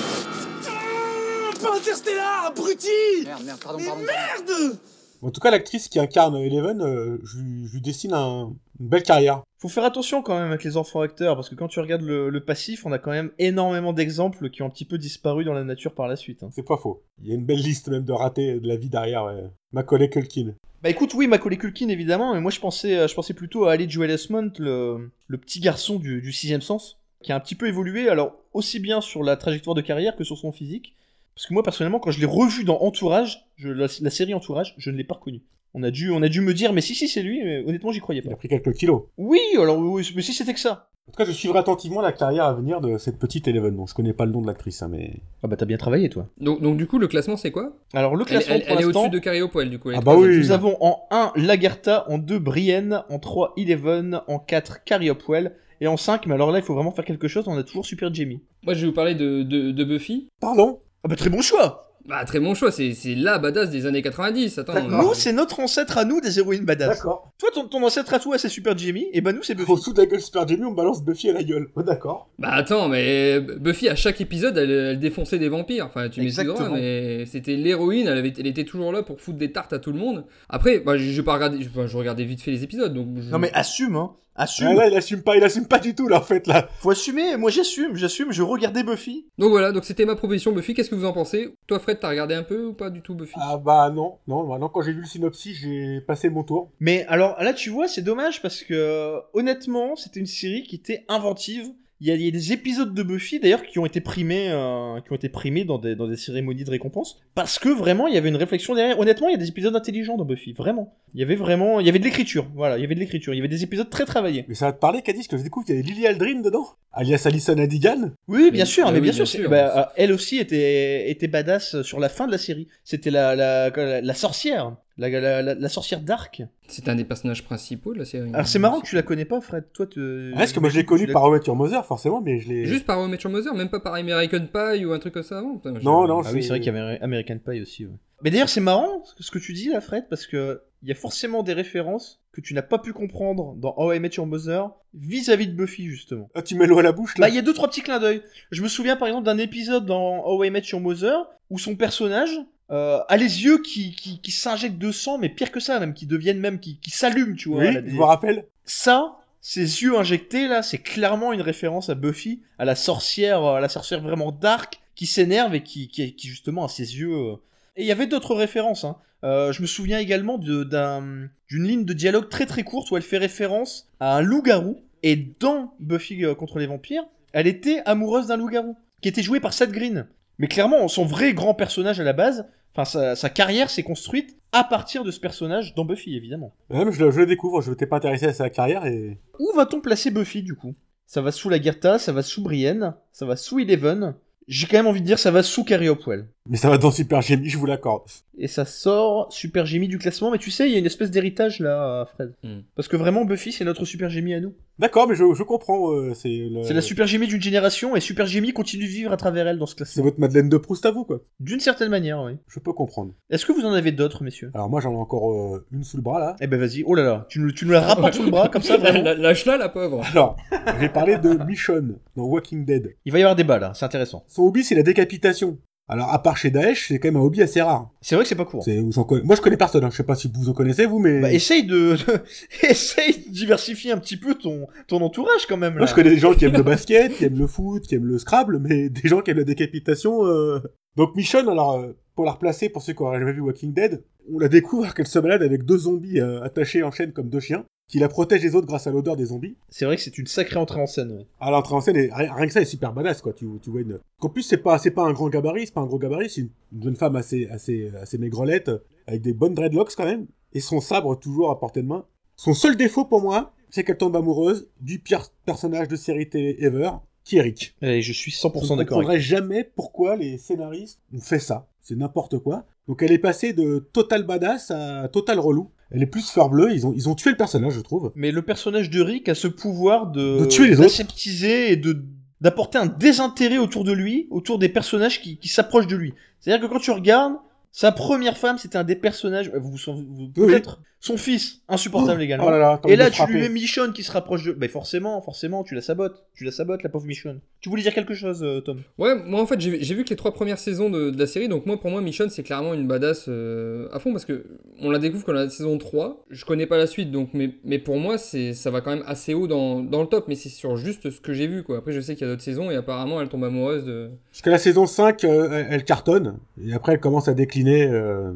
Speaker 5: Ah, Pas Interstellar, abruti Merde, merde, pardon, pardon. Merde
Speaker 2: En tout cas, l'actrice qui incarne Eleven, euh, je, lui- je lui dessine un- une belle carrière.
Speaker 1: Faut faire attention quand même avec les enfants acteurs, parce que quand tu regardes le, le passif, on a quand même énormément d'exemples qui ont un petit peu disparu dans la nature par la suite. hein.
Speaker 2: C'est pas faux. Il y a une belle liste même de ratés de la vie derrière ouais. Macaulay Culkin.
Speaker 1: Bah écoute, oui, Macaulay Culkin évidemment, mais moi je pensais, euh, je pensais plutôt à Ali Joel Esmond, le, le petit garçon du, du sixième sens, qui a un petit peu évolué, alors aussi bien sur la trajectoire de carrière que sur son physique. Parce que moi personnellement, quand je l'ai revu dans Entourage, je- la, la série Entourage, je ne l'ai pas reconnu. On a dû, on a dû me dire, mais si si c'est lui, mais honnêtement j'y croyais
Speaker 2: Il
Speaker 1: pas.
Speaker 2: a pris quelques kilos.
Speaker 1: Oui, alors oui, mais si c'était que ça.
Speaker 2: En tout cas, je suivrai attentivement la carrière à venir de cette petite Eleven. Bon, je connais pas le nom de l'actrice, hein, mais.
Speaker 1: Ah bah t'as bien travaillé toi.
Speaker 3: Donc, donc du coup, le classement, c'est quoi
Speaker 1: Alors le
Speaker 3: Elle,
Speaker 1: classement
Speaker 3: elle-
Speaker 1: pour
Speaker 3: elle est
Speaker 1: l'instant-
Speaker 3: au-dessus de Cario Poel, du coup. elle est
Speaker 2: Ah bah
Speaker 3: troisième.
Speaker 2: oui.
Speaker 1: Nous avons en 1 Lagerta, en 2 Brienne, en 3 Eleven, en 4 Cariopwell, et en 5, mais alors là il faut vraiment faire quelque chose, on a toujours Super Jamie.
Speaker 3: Moi, je vais vous parler de, de, de Buffy.
Speaker 2: Pardon
Speaker 1: Ah bah très bon choix
Speaker 3: Bah, très bon choix, c'est c'est la badass des années 90. Attends,
Speaker 2: D'accord.
Speaker 3: euh,
Speaker 1: Nous c'est notre ancêtre à nous des héroïnes badass.
Speaker 2: D'accord.
Speaker 1: Toi ton, ton ancêtre à toi c'est Super Jamie, et bah nous c'est Buffy.
Speaker 2: Au dessous de la gueule Super Jamie, on me balance Buffy à la gueule. Oh, d'accord.
Speaker 3: Bah attends, mais Buffy à chaque épisode, elle, elle défonçait des vampires. Enfin, tu m'excuseras,
Speaker 1: Exactement.
Speaker 3: mais c'était l'héroïne. Elle, avait- elle était toujours là pour foutre des tartes à tout le monde. Après, bah, j'ai j'ai pas regardé, je, bah, je regardais vite fait les épisodes, donc. je-
Speaker 1: Non mais assume hein, assume,
Speaker 2: Ah, là, il assume pas, il assume pas du tout, là, en fait, là.
Speaker 1: faut assumer, moi j'assume, j'assume, je regardais Buffy.
Speaker 3: Donc voilà, donc c'était ma proposition Buffy. Qu'est-ce que vous en pensez Toi, Fred, t'as regardé un peu ou pas du tout Buffy
Speaker 2: Ah, bah, non. Non, bah, non, quand j'ai vu le synopsis, j'ai passé mon tour.
Speaker 1: Mais alors là tu vois c'est dommage parce que euh, honnêtement c'était une série qui était inventive. Il y, a, il y a des épisodes de Buffy d'ailleurs qui ont été primés, euh, qui ont été primés dans, des, dans des cérémonies de récompense parce que vraiment il y avait une réflexion derrière. Honnêtement il y a des épisodes intelligents dans Buffy, vraiment. Il y avait vraiment, il y avait de l'écriture, voilà, il y avait de l'écriture, il y avait des épisodes très travaillés.
Speaker 2: Mais ça va te parler, Cadis, que je découvre qu'il y avait Lily Aldrin dedans Alias Alison Adigan
Speaker 1: Oui bien
Speaker 3: Mais-
Speaker 1: sûr,
Speaker 3: mais
Speaker 1: mais
Speaker 3: oui,
Speaker 1: bien
Speaker 3: bien
Speaker 1: sûr, c'est-
Speaker 3: sûr.
Speaker 1: bah, euh, elle aussi était était badass sur la fin de la série. C'était la la, la, la sorcière, la, la, la- la sorcière d'Arc.
Speaker 3: C'est un des personnages principaux de la série.
Speaker 1: Alors Ah, c'est marrant que tu la connais pas Fred, toi tu.
Speaker 2: Ah, Est-ce que moi je l'ai connue
Speaker 1: tu
Speaker 2: par Robert Mother, forcément, mais je l'ai.
Speaker 3: Juste par How I Met Your Mother, même pas par American Pie ou un truc comme ça avant. Putain, je-
Speaker 2: Non, Oh non,
Speaker 1: Ah oui, c'est vrai qu'il y avait American Pie aussi. ouais. Mais d'ailleurs, c'est marrant ce que tu dis là, Fred, parce que il y a forcément des références que tu n'as pas pu comprendre dans How I Met Your Mother vis-à-vis de Buffy justement.
Speaker 2: Ah, tu mets l'eau à la bouche, là.
Speaker 1: Bah, il y a deux trois petits clins d'œil. Je me souviens par exemple d'un épisode dans How I Met Your Mother où son personnage euh, a les yeux qui, qui, qui s'injectent de sang, mais pire que ça, même qui deviennent même qui, qui s'allument, tu vois.
Speaker 2: oui,
Speaker 1: là, des-
Speaker 2: je me rappelle.
Speaker 1: ça, ces yeux injectés là, c'est clairement une référence à Buffy, à la sorcière, euh, à la sorcière vraiment dark qui s'énerve et qui, qui, qui, justement a ses yeux. euh. Et il y avait d'autres références. hein. Euh, je me souviens également de- d'un- d'une ligne de dialogue très très courte où elle fait référence à un loup-garou. Et dans Buffy euh, contre les vampires, elle était amoureuse d'un loup-garou qui était joué par Seth Green. Mais clairement, son vrai grand personnage à la base, enfin sa, sa carrière s'est construite à partir de ce personnage dans Buffy évidemment.
Speaker 2: Même, je, le- je le découvre, je m'étais pas intéressé à sa carrière et.
Speaker 1: Où va-t-on placer Buffy du coup Ça va sous Lagertha, ça va sous Brienne, ça va sous Eleven. J'ai quand même envie de dire ça va sous Carrie Hopwell.
Speaker 2: Mais ça va dans Super Jamie, je vous l'accorde.
Speaker 1: Et ça sort Super Jimmy du classement, mais tu sais, il y a une espèce d'héritage là, euh, Fred.
Speaker 3: Hmm.
Speaker 1: Parce que vraiment, Buffy, c'est notre Super Jimmy à nous.
Speaker 2: D'accord, mais je, je comprends. euh, c'est le-
Speaker 1: C'est la Super Jimmy d'une génération, et Super Jimmy continue de vivre à travers elle dans ce
Speaker 2: c'est
Speaker 1: classement.
Speaker 2: votre Madeleine de Proust à vous, quoi.
Speaker 1: D'une certaine manière, oui.
Speaker 2: Je peux comprendre.
Speaker 1: Est-ce que vous en avez d'autres, messieurs
Speaker 2: Alors moi, j'en ai encore euh, une sous le bras, là.
Speaker 1: Eh ben vas-y, oh là là, tu nous, tu nous la rapportes sous le bras comme ça, vraiment.
Speaker 3: Lâche-la, la pauvre.
Speaker 2: Alors, j'ai parlé de Michonne dans Walking Dead.
Speaker 1: Il va y avoir des balles, là, c'est intéressant.
Speaker 2: Son hobby, c'est la décapitation. Alors, à part chez Daesh, c'est quand même un hobby assez rare.
Speaker 1: C'est vrai que c'est pas courant.
Speaker 2: C'est, j'en connais- Moi, je connais personne. hein. Je sais pas si vous en connaissez, vous, mais...
Speaker 1: Bah, essaye de, essaye de diversifier un petit peu ton, ton entourage quand même. Là.
Speaker 2: Moi, je connais des gens qui aiment le basket, qui aiment le foot, qui aiment le Scrabble, mais des gens qui aiment la décapitation. euh. Donc Michonne, alors euh, pour la replacer, pour ceux qui n'auraient jamais vu Walking Dead, on la découvre qu'elle se balade avec deux zombies euh, attachés en chaîne comme deux chiens, qui la protègent des autres grâce à l'odeur des zombies.
Speaker 1: C'est vrai que c'est une sacrée entrée en scène. ouais.
Speaker 2: Alors l'entrée en scène, est- rien, rien que ça, est super badass quoi. Tu, tu vois une. En plus, c'est pas, c'est pas un grand gabarit, c'est pas un gros gabarit, c'est une, une jeune femme assez, assez, assez maigrelette, avec des bonnes dreadlocks quand même, et son sabre toujours à portée de main. Son seul défaut pour moi, c'est qu'elle tombe amoureuse du pire personnage de série télé ever, qui est Rick.
Speaker 1: Et je suis
Speaker 2: Je
Speaker 1: 100%
Speaker 2: ne
Speaker 1: d'accord. avec-
Speaker 2: comprendrais jamais pourquoi les scénaristes ont fait ça. C'est n'importe quoi. Donc elle est passée de total badass à total relou. Elle est plus fleur bleue. Ils ont, ils ont tué le personnage, je trouve.
Speaker 1: Mais le personnage de Rick a ce pouvoir de,
Speaker 2: De tuer les autres.
Speaker 1: d'aseptiser et de d'apporter un désintérêt autour de lui, autour des personnages qui, qui s'approchent de lui. C'est-à-dire que quand tu regardes, Sa première femme, c'était un des personnages. euh, Vous vous souvenez vous-
Speaker 2: Oui.
Speaker 1: peut-être Son fils, insupportable également.
Speaker 2: Oh là là, t'as
Speaker 1: Et
Speaker 2: envie
Speaker 1: là,
Speaker 2: de
Speaker 1: tu
Speaker 2: frapper.
Speaker 1: lui mets Michonne qui se rapproche de. Mais forcément, forcément, tu la sabotes. Tu la sabotes, la pauvre Michonne. Tu voulais dire quelque chose, euh, Tom
Speaker 3: Ouais, moi en fait j'ai j'ai vu que les trois premières saisons de, de la série, donc moi pour moi Michonne c'est clairement une badass euh, à fond parce que on la découvre quand la saison 3, je connais pas la suite donc mais, mais pour moi c'est ça va quand même assez haut dans, dans le top mais c'est sur juste ce que j'ai vu quoi. Après je sais qu'il y a d'autres saisons et apparemment elle tombe amoureuse de...
Speaker 2: Jusqu'à la saison 5, euh, elle- elle cartonne, et après elle commence à décliner euh,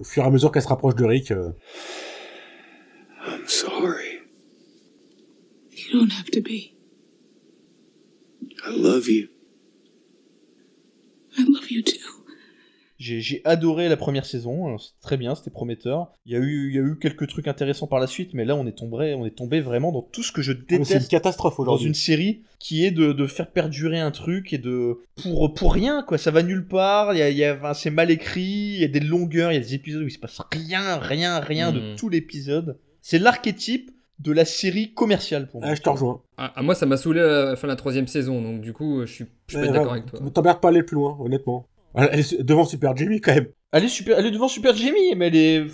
Speaker 2: au fur et à mesure qu'elle se rapproche de Rick. euh.
Speaker 6: I'm sorry.
Speaker 7: You don't have to be.
Speaker 6: I love you.
Speaker 7: I love you too.
Speaker 1: J'ai j'ai adoré la première saison, alors c'était très bien, c'était prometteur. Il y, a eu, il y a eu quelques trucs intéressants par la suite, mais là on est tombé, on est tombé vraiment dans tout ce que je
Speaker 2: Ah, mais C'est une
Speaker 1: déteste
Speaker 2: catastrophe
Speaker 1: dans
Speaker 2: aujourd'hui.
Speaker 1: une série, qui est de, de faire perdurer un truc et de pour pour rien quoi, ça va nulle part. Il y a, il y a- enfin, c'est mal écrit, il y a des longueurs, il y a des épisodes où il se passe rien, rien, rien de
Speaker 3: Mhm.
Speaker 1: tout l'épisode. C'est l'archétype de la série commerciale pour moi.
Speaker 2: Ah, je te rejoins.
Speaker 3: Ah, ah, moi ça m'a saoulé à la fin de la troisième saison donc du coup euh, je suis, je suis
Speaker 2: Mais,
Speaker 3: pas d'accord
Speaker 2: euh,
Speaker 3: avec toi.
Speaker 2: T'emmerdes pas à aller plus loin, honnêtement. Elle elle est su- devant Super Jimmy quand même.
Speaker 1: Elle est super, elle est devant Super Jimmy, mais elle est,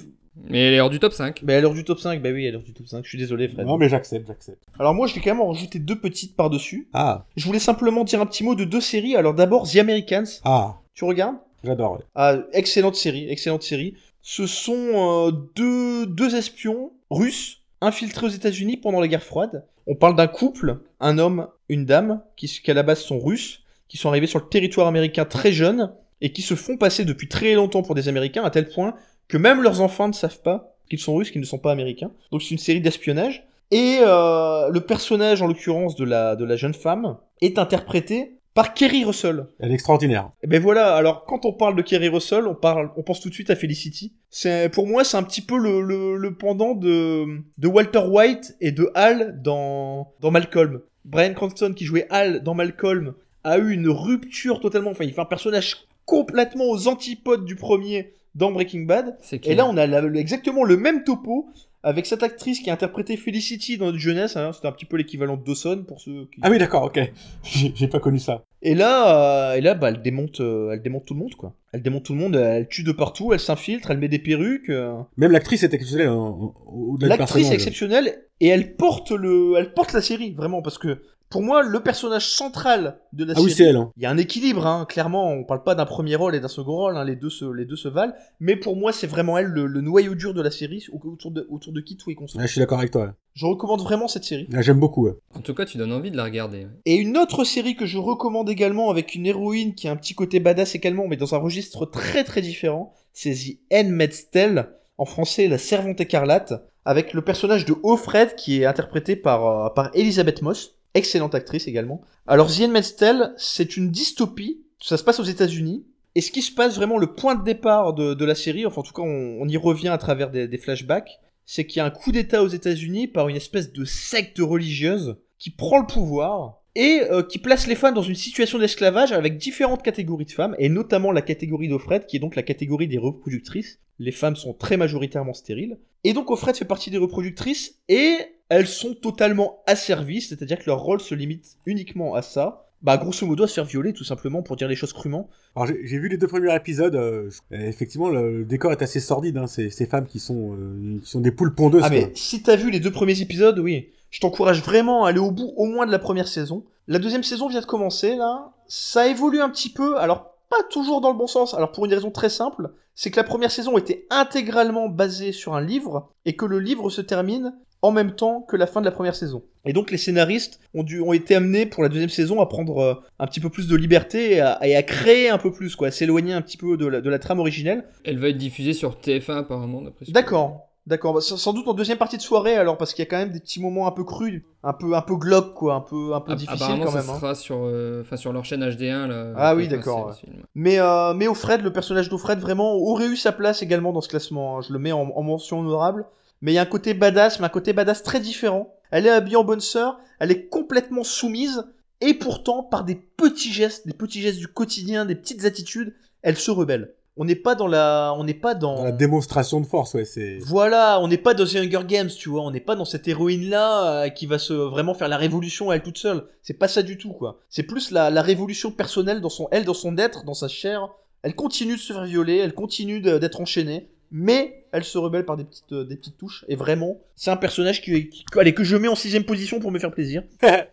Speaker 3: Mais elle est hors du top 5.
Speaker 1: mais à l'heure du top 5, bah oui, à l'heure du top 5. Je suis désolé, Fred.
Speaker 2: Non mais j'accepte, j'accepte.
Speaker 1: Alors moi, je vais quand même en rajouter deux petites par dessus.
Speaker 2: Ah,
Speaker 1: Je voulais simplement dire un petit mot de deux séries. Alors d'abord The Americans,
Speaker 2: ah,
Speaker 1: tu regardes
Speaker 2: j'adore. ouais.
Speaker 1: Ah, excellente série, excellente série. Ce sont euh, deux, deux espions russes infiltrés aux États-Unis pendant la guerre froide. On parle d'un couple, un homme, une dame, qui, s- qui à la base sont russes, qui sont arrivés sur le territoire américain très jeunes et qui se font passer depuis très longtemps pour des Américains à tel point que même leurs enfants ne savent pas qu'ils sont russes, qu'ils ne sont pas américains. Donc c'est une série d'espionnage. Et euh, le personnage, en l'occurrence, de la, de la jeune femme est interprété par Kerry Russell.
Speaker 2: Elle est extraordinaire.
Speaker 1: Eh ben voilà, alors quand on parle de Kerry Russell, on, parle, on pense tout de suite à Felicity. C'est, pour moi, c'est un petit peu le, le, le pendant de, de Walter White et de Hal dans, dans Malcolm. Brian Cranston, qui jouait Hal dans Malcolm, a eu une rupture totalement. Enfin, il fait un personnage complètement aux antipodes du premier dans Breaking Bad.
Speaker 3: C'est
Speaker 1: Et là, on a la- exactement le même topo avec cette actrice qui a interprété Felicity dans Notre Jeunesse. hein, c'était un petit peu l'équivalent de Dawson pour ceux qui.
Speaker 2: Ah oui, d'accord, ok. J'ai j'ai pas connu ça.
Speaker 1: Et là, euh, et là bah, elle, démonte, euh, elle démonte tout le monde, quoi. Elle démonte tout le monde, elle tue de partout, elle s'infiltre, elle met des perruques. euh.
Speaker 2: Même l'actrice est exceptionnelle hein, au- au-delà du
Speaker 1: L'actrice est
Speaker 2: personnage.
Speaker 1: exceptionnelle et elle porte, le, elle porte la série, vraiment, parce que pour moi, le personnage central de la
Speaker 2: Ah oui, c'est
Speaker 1: série.
Speaker 2: elle. hein.
Speaker 1: Il y a un équilibre, hein, clairement, on parle pas d'un premier rôle et d'un second rôle, hein, les, deux se, les deux se valent, mais pour moi, c'est vraiment elle le, le noyau dur de la série, au- autour de, autour de qui tout est construit.
Speaker 2: Ouais, Ah, je suis d'accord avec toi. ouais.
Speaker 1: Je recommande vraiment cette série.
Speaker 2: Ah, J'aime beaucoup. ouais.
Speaker 3: En tout cas tu donnes envie de la regarder. ouais.
Speaker 1: Et une autre série que je recommande également avec une héroïne qui a un petit côté badass également, mais dans un registre très très différent, c'est The Handmaid's Tale, en français La Servante Écarlate, avec le personnage de Offred qui est interprété par, euh, par Elisabeth Moss, excellente actrice également. Alors The Handmaid's Tale, c'est une dystopie, ça se passe aux États-Unis, et ce qui se passe vraiment, le point de départ de, de la série, enfin en tout cas on, on y revient à travers des- des flashbacks, c'est qu'il y a un coup d'État aux États-Unis par une espèce de secte religieuse qui prend le pouvoir et euh, qui place les femmes dans une situation d'esclavage avec différentes catégories de femmes, et notamment la catégorie d'Ofred, qui est donc la catégorie des reproductrices. Les femmes sont très majoritairement stériles. Et donc Offred fait partie des reproductrices, et elles sont totalement asservies, c'est-à-dire que leur rôle se limite uniquement à ça. Bah grosso modo à se faire violer, tout simplement, pour dire les choses crûment.
Speaker 2: Alors j'ai j'ai vu les deux premiers épisodes. euh, je- et effectivement, le, le décor est assez sordide. Hein. Ces ces femmes qui sont, euh, qui sont des poules pondeuses.
Speaker 1: Ah
Speaker 2: quoi.
Speaker 1: mais si t'as vu les deux premiers épisodes, oui. Je t'encourage vraiment à aller au bout au moins de la première saison. La deuxième saison vient de commencer là. Ça évolue un petit peu, alors pas toujours dans le bon sens. Alors pour une raison très simple, c'est que la première saison était intégralement basée sur un livre et que le livre se termine en même temps que la fin de la première saison. Et donc les scénaristes ont, dû, ont été amenés pour la deuxième saison à prendre euh, un petit peu plus de liberté et à, et à créer un peu plus, quoi, à s'éloigner un petit peu de la- de la trame originelle.
Speaker 3: Elle va être diffusée sur TF1 apparemment d'après. ce que-
Speaker 1: D'accord, d'accord. Bah, sans sans doute en deuxième partie de soirée alors, parce qu'il y a quand même des petits moments un peu crus, un peu, un peu glauque, quoi, un peu, un peu
Speaker 3: App-
Speaker 1: difficile
Speaker 3: Ah, Apparemment,
Speaker 1: quand même.
Speaker 3: ça
Speaker 1: hein.
Speaker 3: sera sur, euh, enfin, sur leur chaîne HD1. Là,
Speaker 1: Ah oui,
Speaker 3: Enfin,
Speaker 1: d'accord,
Speaker 3: c'est le film.
Speaker 1: Mais, euh, mais Offred, le personnage d'Offred, vraiment, aurait eu sa place également dans ce classement. hein. Je le mets en, en mention honorable. Mais il y a un côté badass, mais un côté badass très différent. Elle est habillée en bonne sœur, elle est complètement soumise, et pourtant, par des petits gestes, des petits gestes du quotidien, des petites attitudes, elle se rebelle. On n'est pas dans la, on n'est pas
Speaker 2: Dans la démonstration de force, ouais. C'est.
Speaker 1: Voilà, on n'est pas dans The Hunger Games, tu vois, on n'est pas dans cette héroïne-là euh, qui va se vraiment faire la révolution à elle toute seule. C'est pas ça du tout, quoi. C'est plus la, la révolution personnelle dans son elle, dans son être, dans sa chair, Elle continue de se faire violer, elle continue de- d'être enchaînée, mais elle se rebelle par des petites, euh, des petites touches. Et vraiment, c'est un personnage qui, qui- allez, que je mets en sixième position pour me faire plaisir.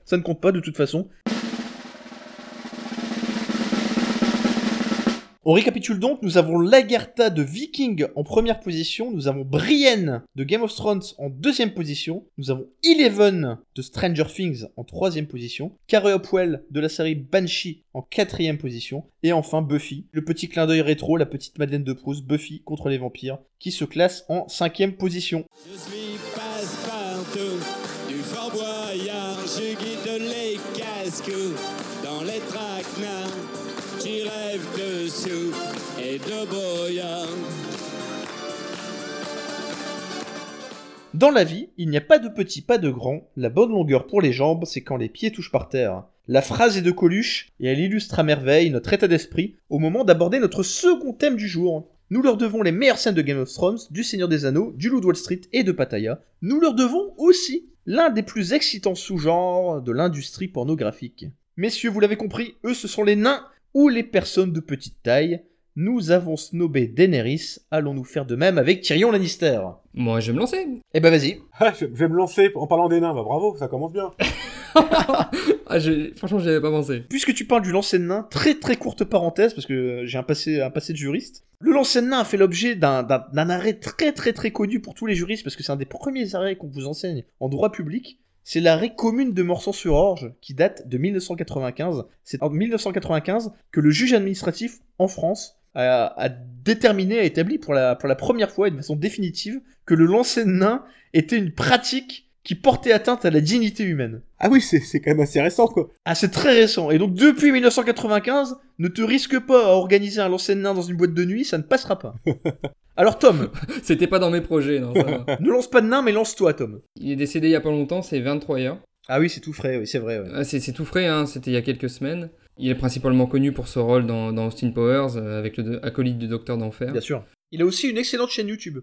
Speaker 1: Ça ne compte pas de toute façon. On récapitule donc, nous avons Lagertha de Viking en première position, nous avons Brienne de Game of Thrones en deuxième position, nous avons Eleven de Stranger Things en troisième position, Carrie Hopwell de la série Banshee en quatrième position, et enfin Buffy, le petit clin d'œil rétro, la petite Madeleine de Proust, Buffy contre les vampires, qui se classe en cinquième position.
Speaker 8: Je suis passe-partout du Fort Boyard, je guide les casques dans les traquenards, j'y rêve dessous et de boyard.
Speaker 1: Dans la vie, il n'y a pas de petit, pas de grand. La bonne longueur pour les jambes, c'est quand les pieds touchent par terre. La phrase est de Coluche et elle illustre à merveille notre état d'esprit au moment d'aborder notre second thème du jour. Nous leur devons les meilleures scènes de Game of Thrones, du Seigneur des Anneaux, du Loup de Wall Street et de Pattaya. Nous leur devons aussi l'un des plus excitants sous-genres de l'industrie pornographique. Messieurs, vous l'avez compris, eux ce sont les nains ou les personnes de petite taille. Nous avons snobé Daenerys, allons-nous faire de même avec Tyrion Lannister
Speaker 3: Moi, je vais me lancer.
Speaker 1: Eh ben vas-y,
Speaker 2: Ah, je, je vais me lancer en parlant des nains, bah bravo, ça commence bien.
Speaker 3: Ah, je- franchement, j'y avais pas pensé.
Speaker 1: Puisque tu parles du lancer de nain, très très courte parenthèse, parce que euh, j'ai un passé, un passé de juriste. Le lancer de nain a fait l'objet d'un d'un- d'un arrêt très très très connu pour tous les juristes, parce que c'est un des premiers arrêts qu'on vous enseigne en droit public. C'est l'arrêt commune de Morsan-sur-Orge, qui date de 1995. C'est en 1995 que le juge administratif en France a, a déterminé, a établi pour la, pour la première fois et de façon définitive que le lancer de nain était une pratique qui portait atteinte à la dignité humaine.
Speaker 2: Ah oui, c'est c'est quand même assez récent, quoi.
Speaker 1: Ah, c'est très récent. Et donc, depuis 1995, ne te risque pas à organiser un lancer de nain dans une boîte de nuit, ça ne passera pas. Alors, Tom,
Speaker 3: C'était pas dans mes projets, non. ça va.
Speaker 1: ne lance pas de nain, mais lance-toi, Tom.
Speaker 3: Il est décédé il y a pas longtemps, c'est 23 heures.
Speaker 1: Ah oui, c'est tout frais, oui, c'est vrai. ouais.
Speaker 3: Ah, C'est c'est tout frais, hein, c'était il y a quelques semaines. Il est principalement connu pour ce rôle dans, dans Austin Powers, euh, avec le do- acolyte du Docteur d'Enfer.
Speaker 1: Bien sûr. Il a aussi une excellente chaîne YouTube.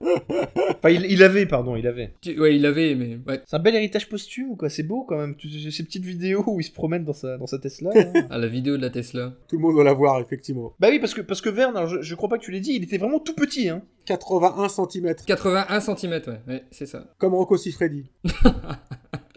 Speaker 1: enfin, il, il avait, pardon, il avait.
Speaker 3: Tu- Ouais, il l'avait, mais... ouais.
Speaker 1: C'est un bel héritage posthume, quoi. C'est beau, quand même. Tu- tu- Ces petites vidéos où il se promène dans sa, dans sa Tesla. là.
Speaker 3: Ah, la vidéo de la Tesla.
Speaker 2: Tout le monde doit la voir, effectivement.
Speaker 1: bah oui, parce que, parce que Verne, alors, je, je crois pas que tu l'aies dit, il était vraiment tout petit, hein.
Speaker 2: 81 cm,
Speaker 3: 81 cm, ouais, ouais c'est ça.
Speaker 2: comme Rocco Siffredi.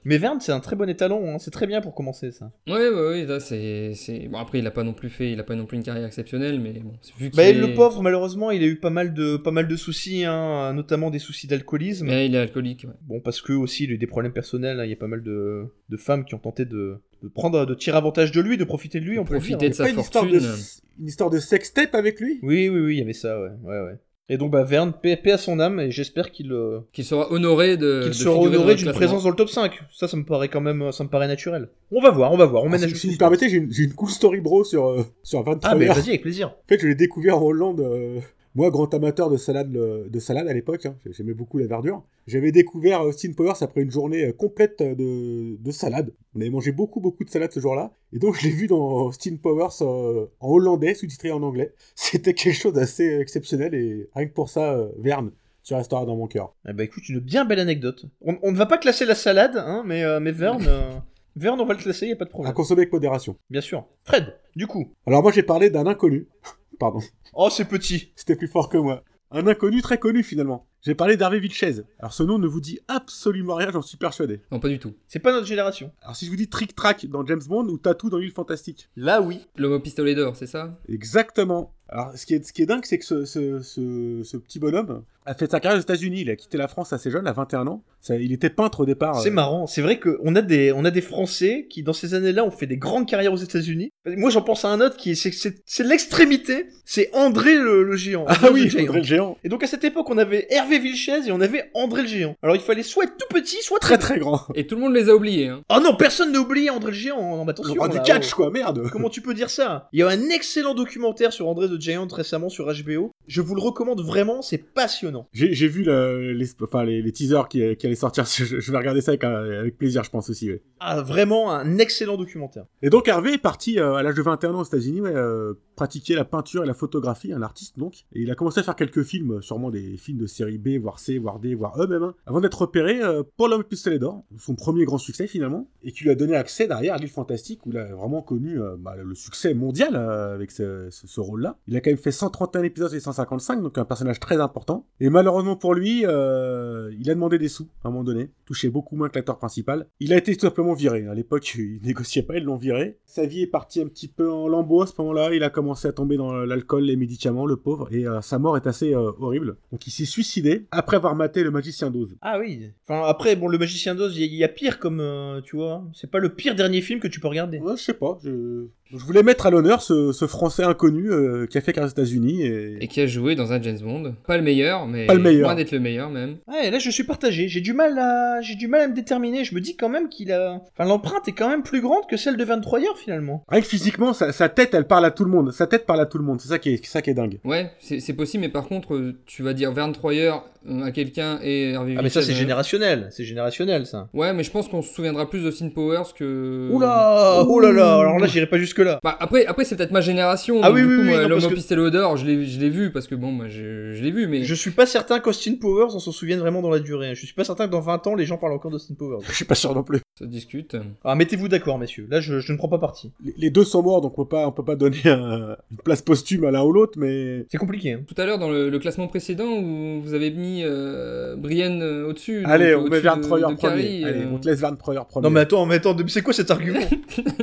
Speaker 1: Mais Verne, c'est un très bon étalon, hein. C'est très bien pour commencer, ça.
Speaker 3: Ouais, ouais, ouais, là, c'est... c'est- Bon, après, il a pas non plus fait... Il a pas non plus une carrière exceptionnelle, mais bon, c'est vu qu'il
Speaker 1: Bah,
Speaker 3: est...
Speaker 1: le pauvre, malheureusement, il a eu pas mal de, pas mal de soucis, hein, notamment des soucis d'alcoolisme.
Speaker 3: Ouais, il est alcoolique, ouais.
Speaker 1: Bon, parce que aussi, il a eu des problèmes personnels. hein, Il y a pas mal de, de femmes qui ont tenté de, de prendre, de tirer avantage de lui, de profiter de lui, on peut le dire,
Speaker 3: profiter
Speaker 1: hein.
Speaker 3: de sa
Speaker 2: Pas une histoire de,
Speaker 3: fortune.
Speaker 2: une histoire de sextape avec lui
Speaker 1: Oui, oui, oui, il y avait ça, ouais, ouais, ouais. Et donc, bah, Verne, paix, paix à son âme, et j'espère qu'il euh,
Speaker 3: Qu'il sera honoré de...
Speaker 1: qu'il
Speaker 3: de
Speaker 1: sera
Speaker 3: figurer dans
Speaker 1: honoré
Speaker 3: le
Speaker 1: d'une
Speaker 3: classement.
Speaker 1: présence dans le top 5. Ça, ça me paraît quand même, ça me paraît naturel. On va voir, on va voir, on
Speaker 2: Ah,
Speaker 1: ménage
Speaker 2: si,
Speaker 1: tout
Speaker 2: si
Speaker 1: de
Speaker 2: vous
Speaker 1: suite.
Speaker 2: permettez, j'ai une, j'ai une cool story bro sur, euh, sur 23
Speaker 1: Ah, mais
Speaker 2: heures.
Speaker 1: vas-y, avec plaisir.
Speaker 2: En fait, je l'ai découvert en Hollande. euh, moi, grand amateur de salade, le- de salade à l'époque, hein, j'aimais beaucoup la verdure. J'avais découvert Austin Powers après une journée euh, complète de, de salade. On avait mangé beaucoup, beaucoup de salade ce jour-là. Et donc, je l'ai vu dans Austin Powers euh, en hollandais, sous-titré en anglais. C'était quelque chose d'assez exceptionnel et rien que pour ça, euh, Verne, tu resteras dans mon cœur.
Speaker 1: Eh bah, écoute, une bien belle anecdote. On, on ne va pas classer la salade, hein, mais, euh, mais Verne, euh, Verne, on va le classer, y a pas de
Speaker 2: À
Speaker 1: problème.
Speaker 2: consommer avec modération.
Speaker 1: Bien sûr. Fred, du coup.
Speaker 2: Alors, moi, j'ai parlé d'un inconnu. Pardon.
Speaker 1: Oh, c'est petit.
Speaker 2: C'était plus fort que moi. Un inconnu très connu finalement. J'ai parlé d'Hervé Vilchez. Alors ce nom ne vous dit absolument rien, j'en suis persuadé.
Speaker 3: Non, pas du tout.
Speaker 1: C'est pas notre génération.
Speaker 2: Alors si je vous dis Trick Track dans James Bond ou Tatou dans l'île fantastique.
Speaker 1: Là, oui.
Speaker 3: L'homme au pistolet d'or, c'est ça
Speaker 2: Exactement. Alors ce qui est, ce qui est dingue, c'est que ce, ce- ce- ce petit bonhomme a fait sa carrière aux États-Unis. Il a quitté la France assez jeune, à 21 ans. Ça- il était peintre au départ.
Speaker 1: C'est
Speaker 2: euh,
Speaker 1: marrant. C'est vrai qu'on a des, on a des Français qui, dans ces années-là, ont fait des grandes carrières aux États-Unis. Moi, j'en pense à un autre qui, c'est, c'est, c'est l'extrémité. C'est André le, le géant.
Speaker 2: Ah
Speaker 1: André
Speaker 2: oui,
Speaker 1: the Giant.
Speaker 2: André le géant.
Speaker 1: Et donc, à cette époque, on avait Hervé Vilchez et on avait André le géant. Alors, il fallait soit être tout petit, soit très
Speaker 2: Très
Speaker 1: très.
Speaker 2: très grand.
Speaker 3: Et tout le monde les a oubliés, hein.
Speaker 1: Oh non, personne n'a oublié André le géant. Non, mais
Speaker 2: Le
Speaker 1: attention.
Speaker 2: roi du
Speaker 1: là,
Speaker 2: catch
Speaker 1: oh.
Speaker 2: quoi, merde.
Speaker 1: Comment tu peux dire ça Il y a un excellent documentaire sur André the Giant récemment sur HBO. Je vous le recommande vraiment, c'est passionnant. non.
Speaker 2: J'ai j'ai vu le- les, enfin, les, les teasers qui, qui allaient sortir. Je, je vais regarder ça avec, euh, avec plaisir, je pense aussi. ouais.
Speaker 1: Ah, vraiment un excellent documentaire.
Speaker 2: Et donc Hervé est parti euh, à l'âge de 21 ans aux États-Unis ouais, euh, pratiquer la peinture et la photographie, un artiste donc. Et il a commencé à faire quelques films, euh, sûrement des films de série B, voire C, voire D, voire E même, hein, avant d'être repéré euh, pour l'homme pistolet d'or, son premier grand succès finalement, et qui lui a donné accès derrière à l'île fantastique où il a vraiment connu euh, bah, le succès mondial euh, avec ce, ce- ce rôle-là. Il a quand même fait 131 épisodes et 155, donc un personnage très important. Et malheureusement pour lui, euh, il a demandé des sous à un moment donné, touchait beaucoup moins que l'acteur principal. Il a été tout simplement viré. À l'époque, il négociait pas, ils l'ont viré. Sa vie est partie un petit peu en lambeaux à ce moment-là. Il a commencé à tomber dans l'alcool, les médicaments, le pauvre, et euh, sa mort est assez euh, horrible. Donc il s'est suicidé après avoir maté le magicien d'Oz.
Speaker 1: Ah oui. Enfin, après, bon, le magicien d'Oz, il y, a- il y a pire comme, euh, tu vois, hein. c'est pas le pire dernier film que tu peux regarder.
Speaker 2: Ouais, je sais pas. Je... je voulais mettre à l'honneur ce, ce Français inconnu euh, qui a fait carrière aux États-Unis et...
Speaker 3: Et qui a joué dans un James Bond. Pas le meilleur, mais
Speaker 2: Pas le meilleur.
Speaker 3: loin d'être le meilleur même.
Speaker 1: Ouais, là, je suis partagé. J'ai du mal à, j'ai du mal à me déterminer. Je me dis quand même qu'il a, enfin, l'empreinte est quand même plus grande que celle de 23 heures finalement.
Speaker 2: Rien que physiquement, sa, sa tête, elle parle à tout le monde. Sa tête parle à tout le monde. C'est ça qui est, ça qui est dingue.
Speaker 3: Ouais, c'est c'est possible, mais par contre, euh, tu vas dire 23 heures euh, à quelqu'un et Hervé
Speaker 1: Ah mais ça
Speaker 3: Villechaize,
Speaker 1: c'est
Speaker 3: euh,
Speaker 1: générationnel, c'est générationnel ça.
Speaker 3: Ouais, mais je pense qu'on se souviendra plus de Austin Powers que.
Speaker 1: Oula, oh là là, alors là j'irai pas jusque là.
Speaker 3: Bah, après, après c'est peut-être ma génération.
Speaker 1: Ah
Speaker 3: donc
Speaker 1: oui,
Speaker 3: du
Speaker 1: oui,
Speaker 3: coup,
Speaker 1: oui,
Speaker 3: moi,
Speaker 1: non,
Speaker 3: L'homme
Speaker 1: parce
Speaker 3: au
Speaker 1: que-
Speaker 3: pistolet d'or, je l'ai je l'ai vu parce que bon, moi, je, je l'ai vu, mais.
Speaker 1: Je suis pas certain qu'Austin Powers on s'en souvienne vraiment dans la durée. hein. Je suis pas certain que dans 20 ans les gens parlent encore d'Austin Powers.
Speaker 2: Je suis pas sûr non plus.
Speaker 3: Ça discute.
Speaker 1: Ah mettez-vous d'accord messieurs, là je, je ne prends pas parti.
Speaker 2: Les- Les deux sont morts, donc on peut pas, on peut pas donner un- une place posthume à l'un ou l'autre, mais
Speaker 1: C'est compliqué. Hein.
Speaker 3: Tout à l'heure, dans le, le classement précédent, où vous avez mis euh, Brienne euh, au-dessus. donc,
Speaker 2: allez,
Speaker 3: euh,
Speaker 2: on
Speaker 3: au-dessus
Speaker 2: met Verne
Speaker 3: de-
Speaker 2: Troyer
Speaker 3: de
Speaker 2: premier.
Speaker 3: Carrie,
Speaker 2: Allez,
Speaker 3: euh,
Speaker 2: on te laisse Verne Troyer premier.
Speaker 1: Non mais attends, mais attends, mais c'est quoi cet argument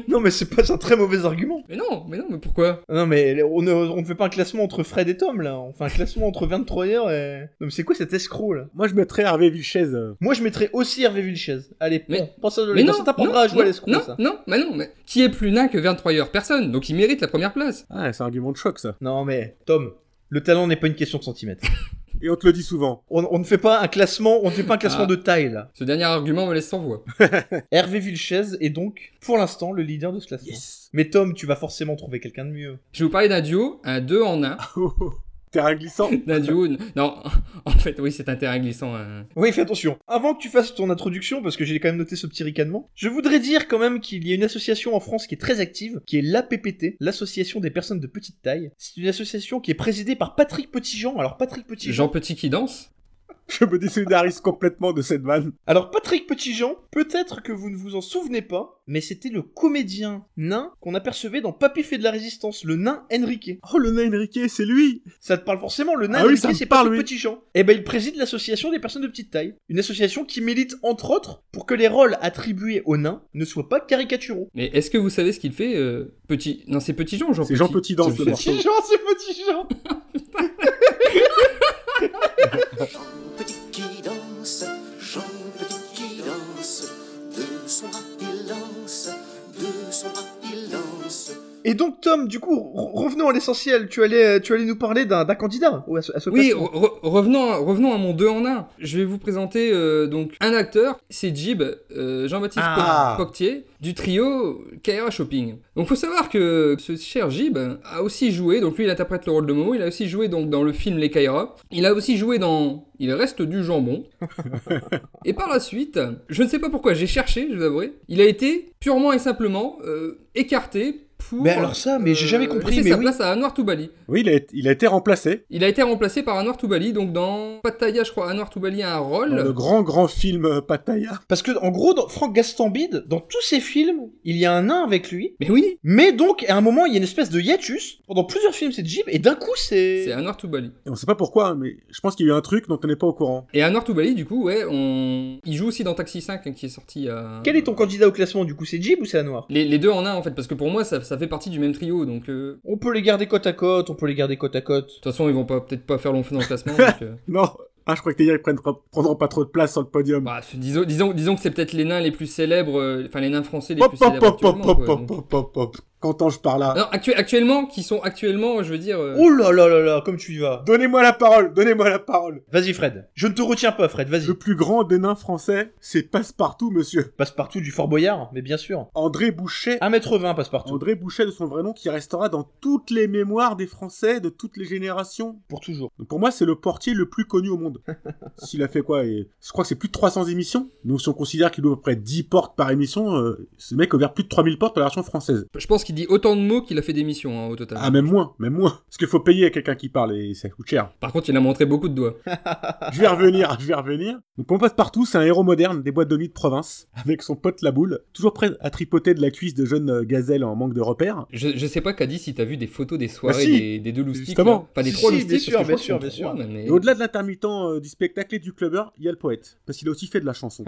Speaker 1: Non mais c'est pas un très mauvais argument.
Speaker 3: Mais non, mais non, mais pourquoi
Speaker 1: Non mais on ne, on ne fait pas un classement entre Fred et Tom là, on fait un classement entre 23 heures et... Non mais c'est quoi cet escroc là
Speaker 2: Moi, je mettrais Hervé Vilches. euh,
Speaker 1: Moi je mettrais aussi Hervé Vilchez. Allez,
Speaker 3: Mais-
Speaker 1: bon, pense à
Speaker 3: Mais non,
Speaker 1: ça t'apprendra à jouer à l'escroc
Speaker 3: non,
Speaker 1: ça.
Speaker 3: non, mais non, mais qui est plus nain que 23 heures Personne, donc il mérite la première place.
Speaker 2: Ah, c'est un argument de choc, ça.
Speaker 1: Non mais Tom, le talent n'est pas une question de centimètres.
Speaker 2: Et on te le dit souvent.
Speaker 1: On, on ne fait pas un classement, on ne fait pas un classement
Speaker 3: Ah.
Speaker 1: de taille là.
Speaker 3: Ce dernier argument me laisse sans voix.
Speaker 1: Hervé Vilches est donc, pour l'instant, le leader de ce classement.
Speaker 2: Yes.
Speaker 1: Mais Tom, tu vas forcément trouver quelqu'un de mieux.
Speaker 3: Je vais vous parler d'un duo, un 2 en 1.
Speaker 2: Oh, Terrain glissant.
Speaker 3: D'un duo, non, en fait, oui, c'est un terrain glissant. un-
Speaker 1: Oui, fais attention. Avant que tu fasses ton introduction, parce que j'ai quand même noté ce petit ricanement, je voudrais dire quand même qu'il y a une association en France qui est très active, qui est l'APPT, l'Association des personnes de petite taille. C'est une association qui est présidée par Patrick Petitjean. Alors Patrick Petitjean...
Speaker 3: Jean Petit qui danse
Speaker 2: je me désolidarise complètement de cette vanne.
Speaker 1: Alors Patrick Petitjean, peut-être que vous ne vous en souvenez pas, mais c'était le comédien nain qu'on apercevait dans Papy fait de la résistance, le nain Enrique.
Speaker 2: Oh, le nain Enrique, c'est lui
Speaker 1: Ça te parle forcément, le nain
Speaker 2: Ah oui,
Speaker 1: Enrique,
Speaker 2: ça me
Speaker 1: c'est
Speaker 2: parle,
Speaker 1: Patrick
Speaker 2: oui.
Speaker 1: Petit Jean. Eh ben, il préside l'association des personnes de petite taille. Une association qui milite, entre autres, pour que les rôles attribués aux nains ne soient pas caricaturaux.
Speaker 3: Mais est-ce que vous savez ce qu'il fait, euh, Petit Non, c'est Petit Jean, Jean
Speaker 2: C'est Jean Petit danse,
Speaker 3: C'est-
Speaker 2: le
Speaker 3: c'est-
Speaker 2: morceau.
Speaker 1: Petit Jean, c'est Petit Jean
Speaker 9: Petit qui danse, Jean Petit qui danse, de son bras il lance, de son bras il lance.
Speaker 1: Et donc, Tom, du coup, re- revenons à l'essentiel. Tu allais, euh, tu allais nous parler d'un d'un candidat au- à ce, à ce
Speaker 3: Oui,
Speaker 1: classement.
Speaker 3: re- re- revenons, à, revenons à mon 2 en 1. Je vais vous présenter euh, donc un acteur, c'est Jib, euh, Jean-Baptiste
Speaker 2: Ah.
Speaker 3: Po- Poctier, du trio KRA Shopping. Donc faut savoir que ce cher Jib a aussi joué, donc lui il interprète le rôle de Momo, il a aussi joué donc dans le film Les KRA, il a aussi joué dans Il reste du jambon. et par la suite, je ne sais pas pourquoi, j'ai cherché, je vous avouerai, il a été purement et simplement euh, écarté pour...
Speaker 1: Mais alors ça, mais j'ai jamais compris,
Speaker 3: laisser
Speaker 1: mais
Speaker 3: sa
Speaker 1: oui.
Speaker 3: place à Anwar Toubali.
Speaker 2: Oui, il a, il a été remplacé
Speaker 3: Il a été remplacé par Anwar Toubali, donc dans Pattaya, je crois, Anwar Toubali a un
Speaker 2: dans le
Speaker 3: rôle.
Speaker 2: grand, grand film euh, Pattaya.
Speaker 1: Parce que, en gros, dans Franck Gastambide, dans tous ses films, il y a un nain avec lui.
Speaker 3: Mais oui,
Speaker 1: Mais donc, à un moment, il y a une espèce de hiatus. Pendant plusieurs films, c'est Jib, et d'un coup,
Speaker 3: c'est
Speaker 1: c'est...
Speaker 3: Anwar Toubali.
Speaker 2: Et on sait pas pourquoi, hein, mais je pense qu'il y a eu un truc dont on n'est pas au courant.
Speaker 3: Et Anwar Toubali, du coup, ouais, on... il joue aussi dans Taxi 5, hein, qui est sorti à...
Speaker 1: Quel est ton candidat au classement, du coup C'est Jib ou c'est Anwar
Speaker 3: les, les deux en un, en fait, parce que pour moi, ça, ça fait partie du même trio, donc... euh,
Speaker 1: On peut les garder côte à côte, on peut les garder côte à côte.
Speaker 3: De toute façon, ils vont pas- peut-être pas faire long feu dans le classement, donc... euh,
Speaker 2: Non ah, je crois que t'es dire, ils prennent- prendront pas trop de place sur le podium.
Speaker 3: bah, disons, disons, disons que c'est peut-être les nains les plus célèbres, euh, enfin les nains français les
Speaker 2: Hop,
Speaker 3: plus
Speaker 2: hop,
Speaker 3: célèbres
Speaker 2: hop, hop,
Speaker 3: actuellement,
Speaker 2: hop,
Speaker 3: quoi,
Speaker 2: hop,
Speaker 3: donc.
Speaker 2: hop, hop, hop. Qu'entends-je par là
Speaker 3: Non, actu- actuellement, qui sont actuellement, je veux dire. euh,
Speaker 1: Oh là là là là, comme tu y vas.
Speaker 2: Donnez-moi la parole, donnez-moi la parole.
Speaker 1: Vas-y Fred, je ne te retiens pas Fred, vas-y.
Speaker 2: Le plus grand des nains français, c'est Passepartout, monsieur.
Speaker 1: Passe partout du Fort Boyard, mais bien sûr.
Speaker 2: André Boucher.
Speaker 3: Ah,
Speaker 1: 1m20 passe partout.
Speaker 2: André Boucher de son vrai nom qui restera dans toutes les mémoires des Français de toutes les générations.
Speaker 1: Pour toujours.
Speaker 2: Donc pour moi, c'est le portier le plus connu au monde. S'il a fait quoi et Je crois que c'est plus de 300 émissions. Donc si on considère qu'il ouvre à peu près 10 portes par émission, euh, ce mec a ouvert plus de 3000 portes pour la version française.
Speaker 3: Je pense qu'il dit autant de mots qu'il a fait des missions hein, au total.
Speaker 2: Ah, même moins, même moins. Parce qu'il faut payer à quelqu'un qui parle et ça coûte cher.
Speaker 3: Par contre, il a montré beaucoup de doigts.
Speaker 2: Je vais revenir, je vais revenir. Donc pour moi, Passepartout, c'est un héros moderne des boîtes de nuit de province, avec son pote la boule, toujours prêt à tripoter de la cuisse de jeunes gazelles en manque de repères.
Speaker 3: Je, je sais pas, Caddy, si t'as vu des photos des soirées
Speaker 2: si,
Speaker 3: des, des deux loustiques.
Speaker 2: justement.
Speaker 3: là. Enfin,
Speaker 1: Bah,
Speaker 3: des
Speaker 1: Si,
Speaker 3: trois
Speaker 1: si,
Speaker 3: loustiques.
Speaker 1: bien
Speaker 3: parce que
Speaker 1: sûr,
Speaker 3: je crois
Speaker 1: bien
Speaker 3: qu'ils
Speaker 1: sûr,
Speaker 3: sont
Speaker 1: bien
Speaker 3: trois, même, mais-
Speaker 2: Et au-delà de l'intermittent euh, du spectacle et du clubbeur, il y a le poète, parce qu'il a aussi fait de la chanson.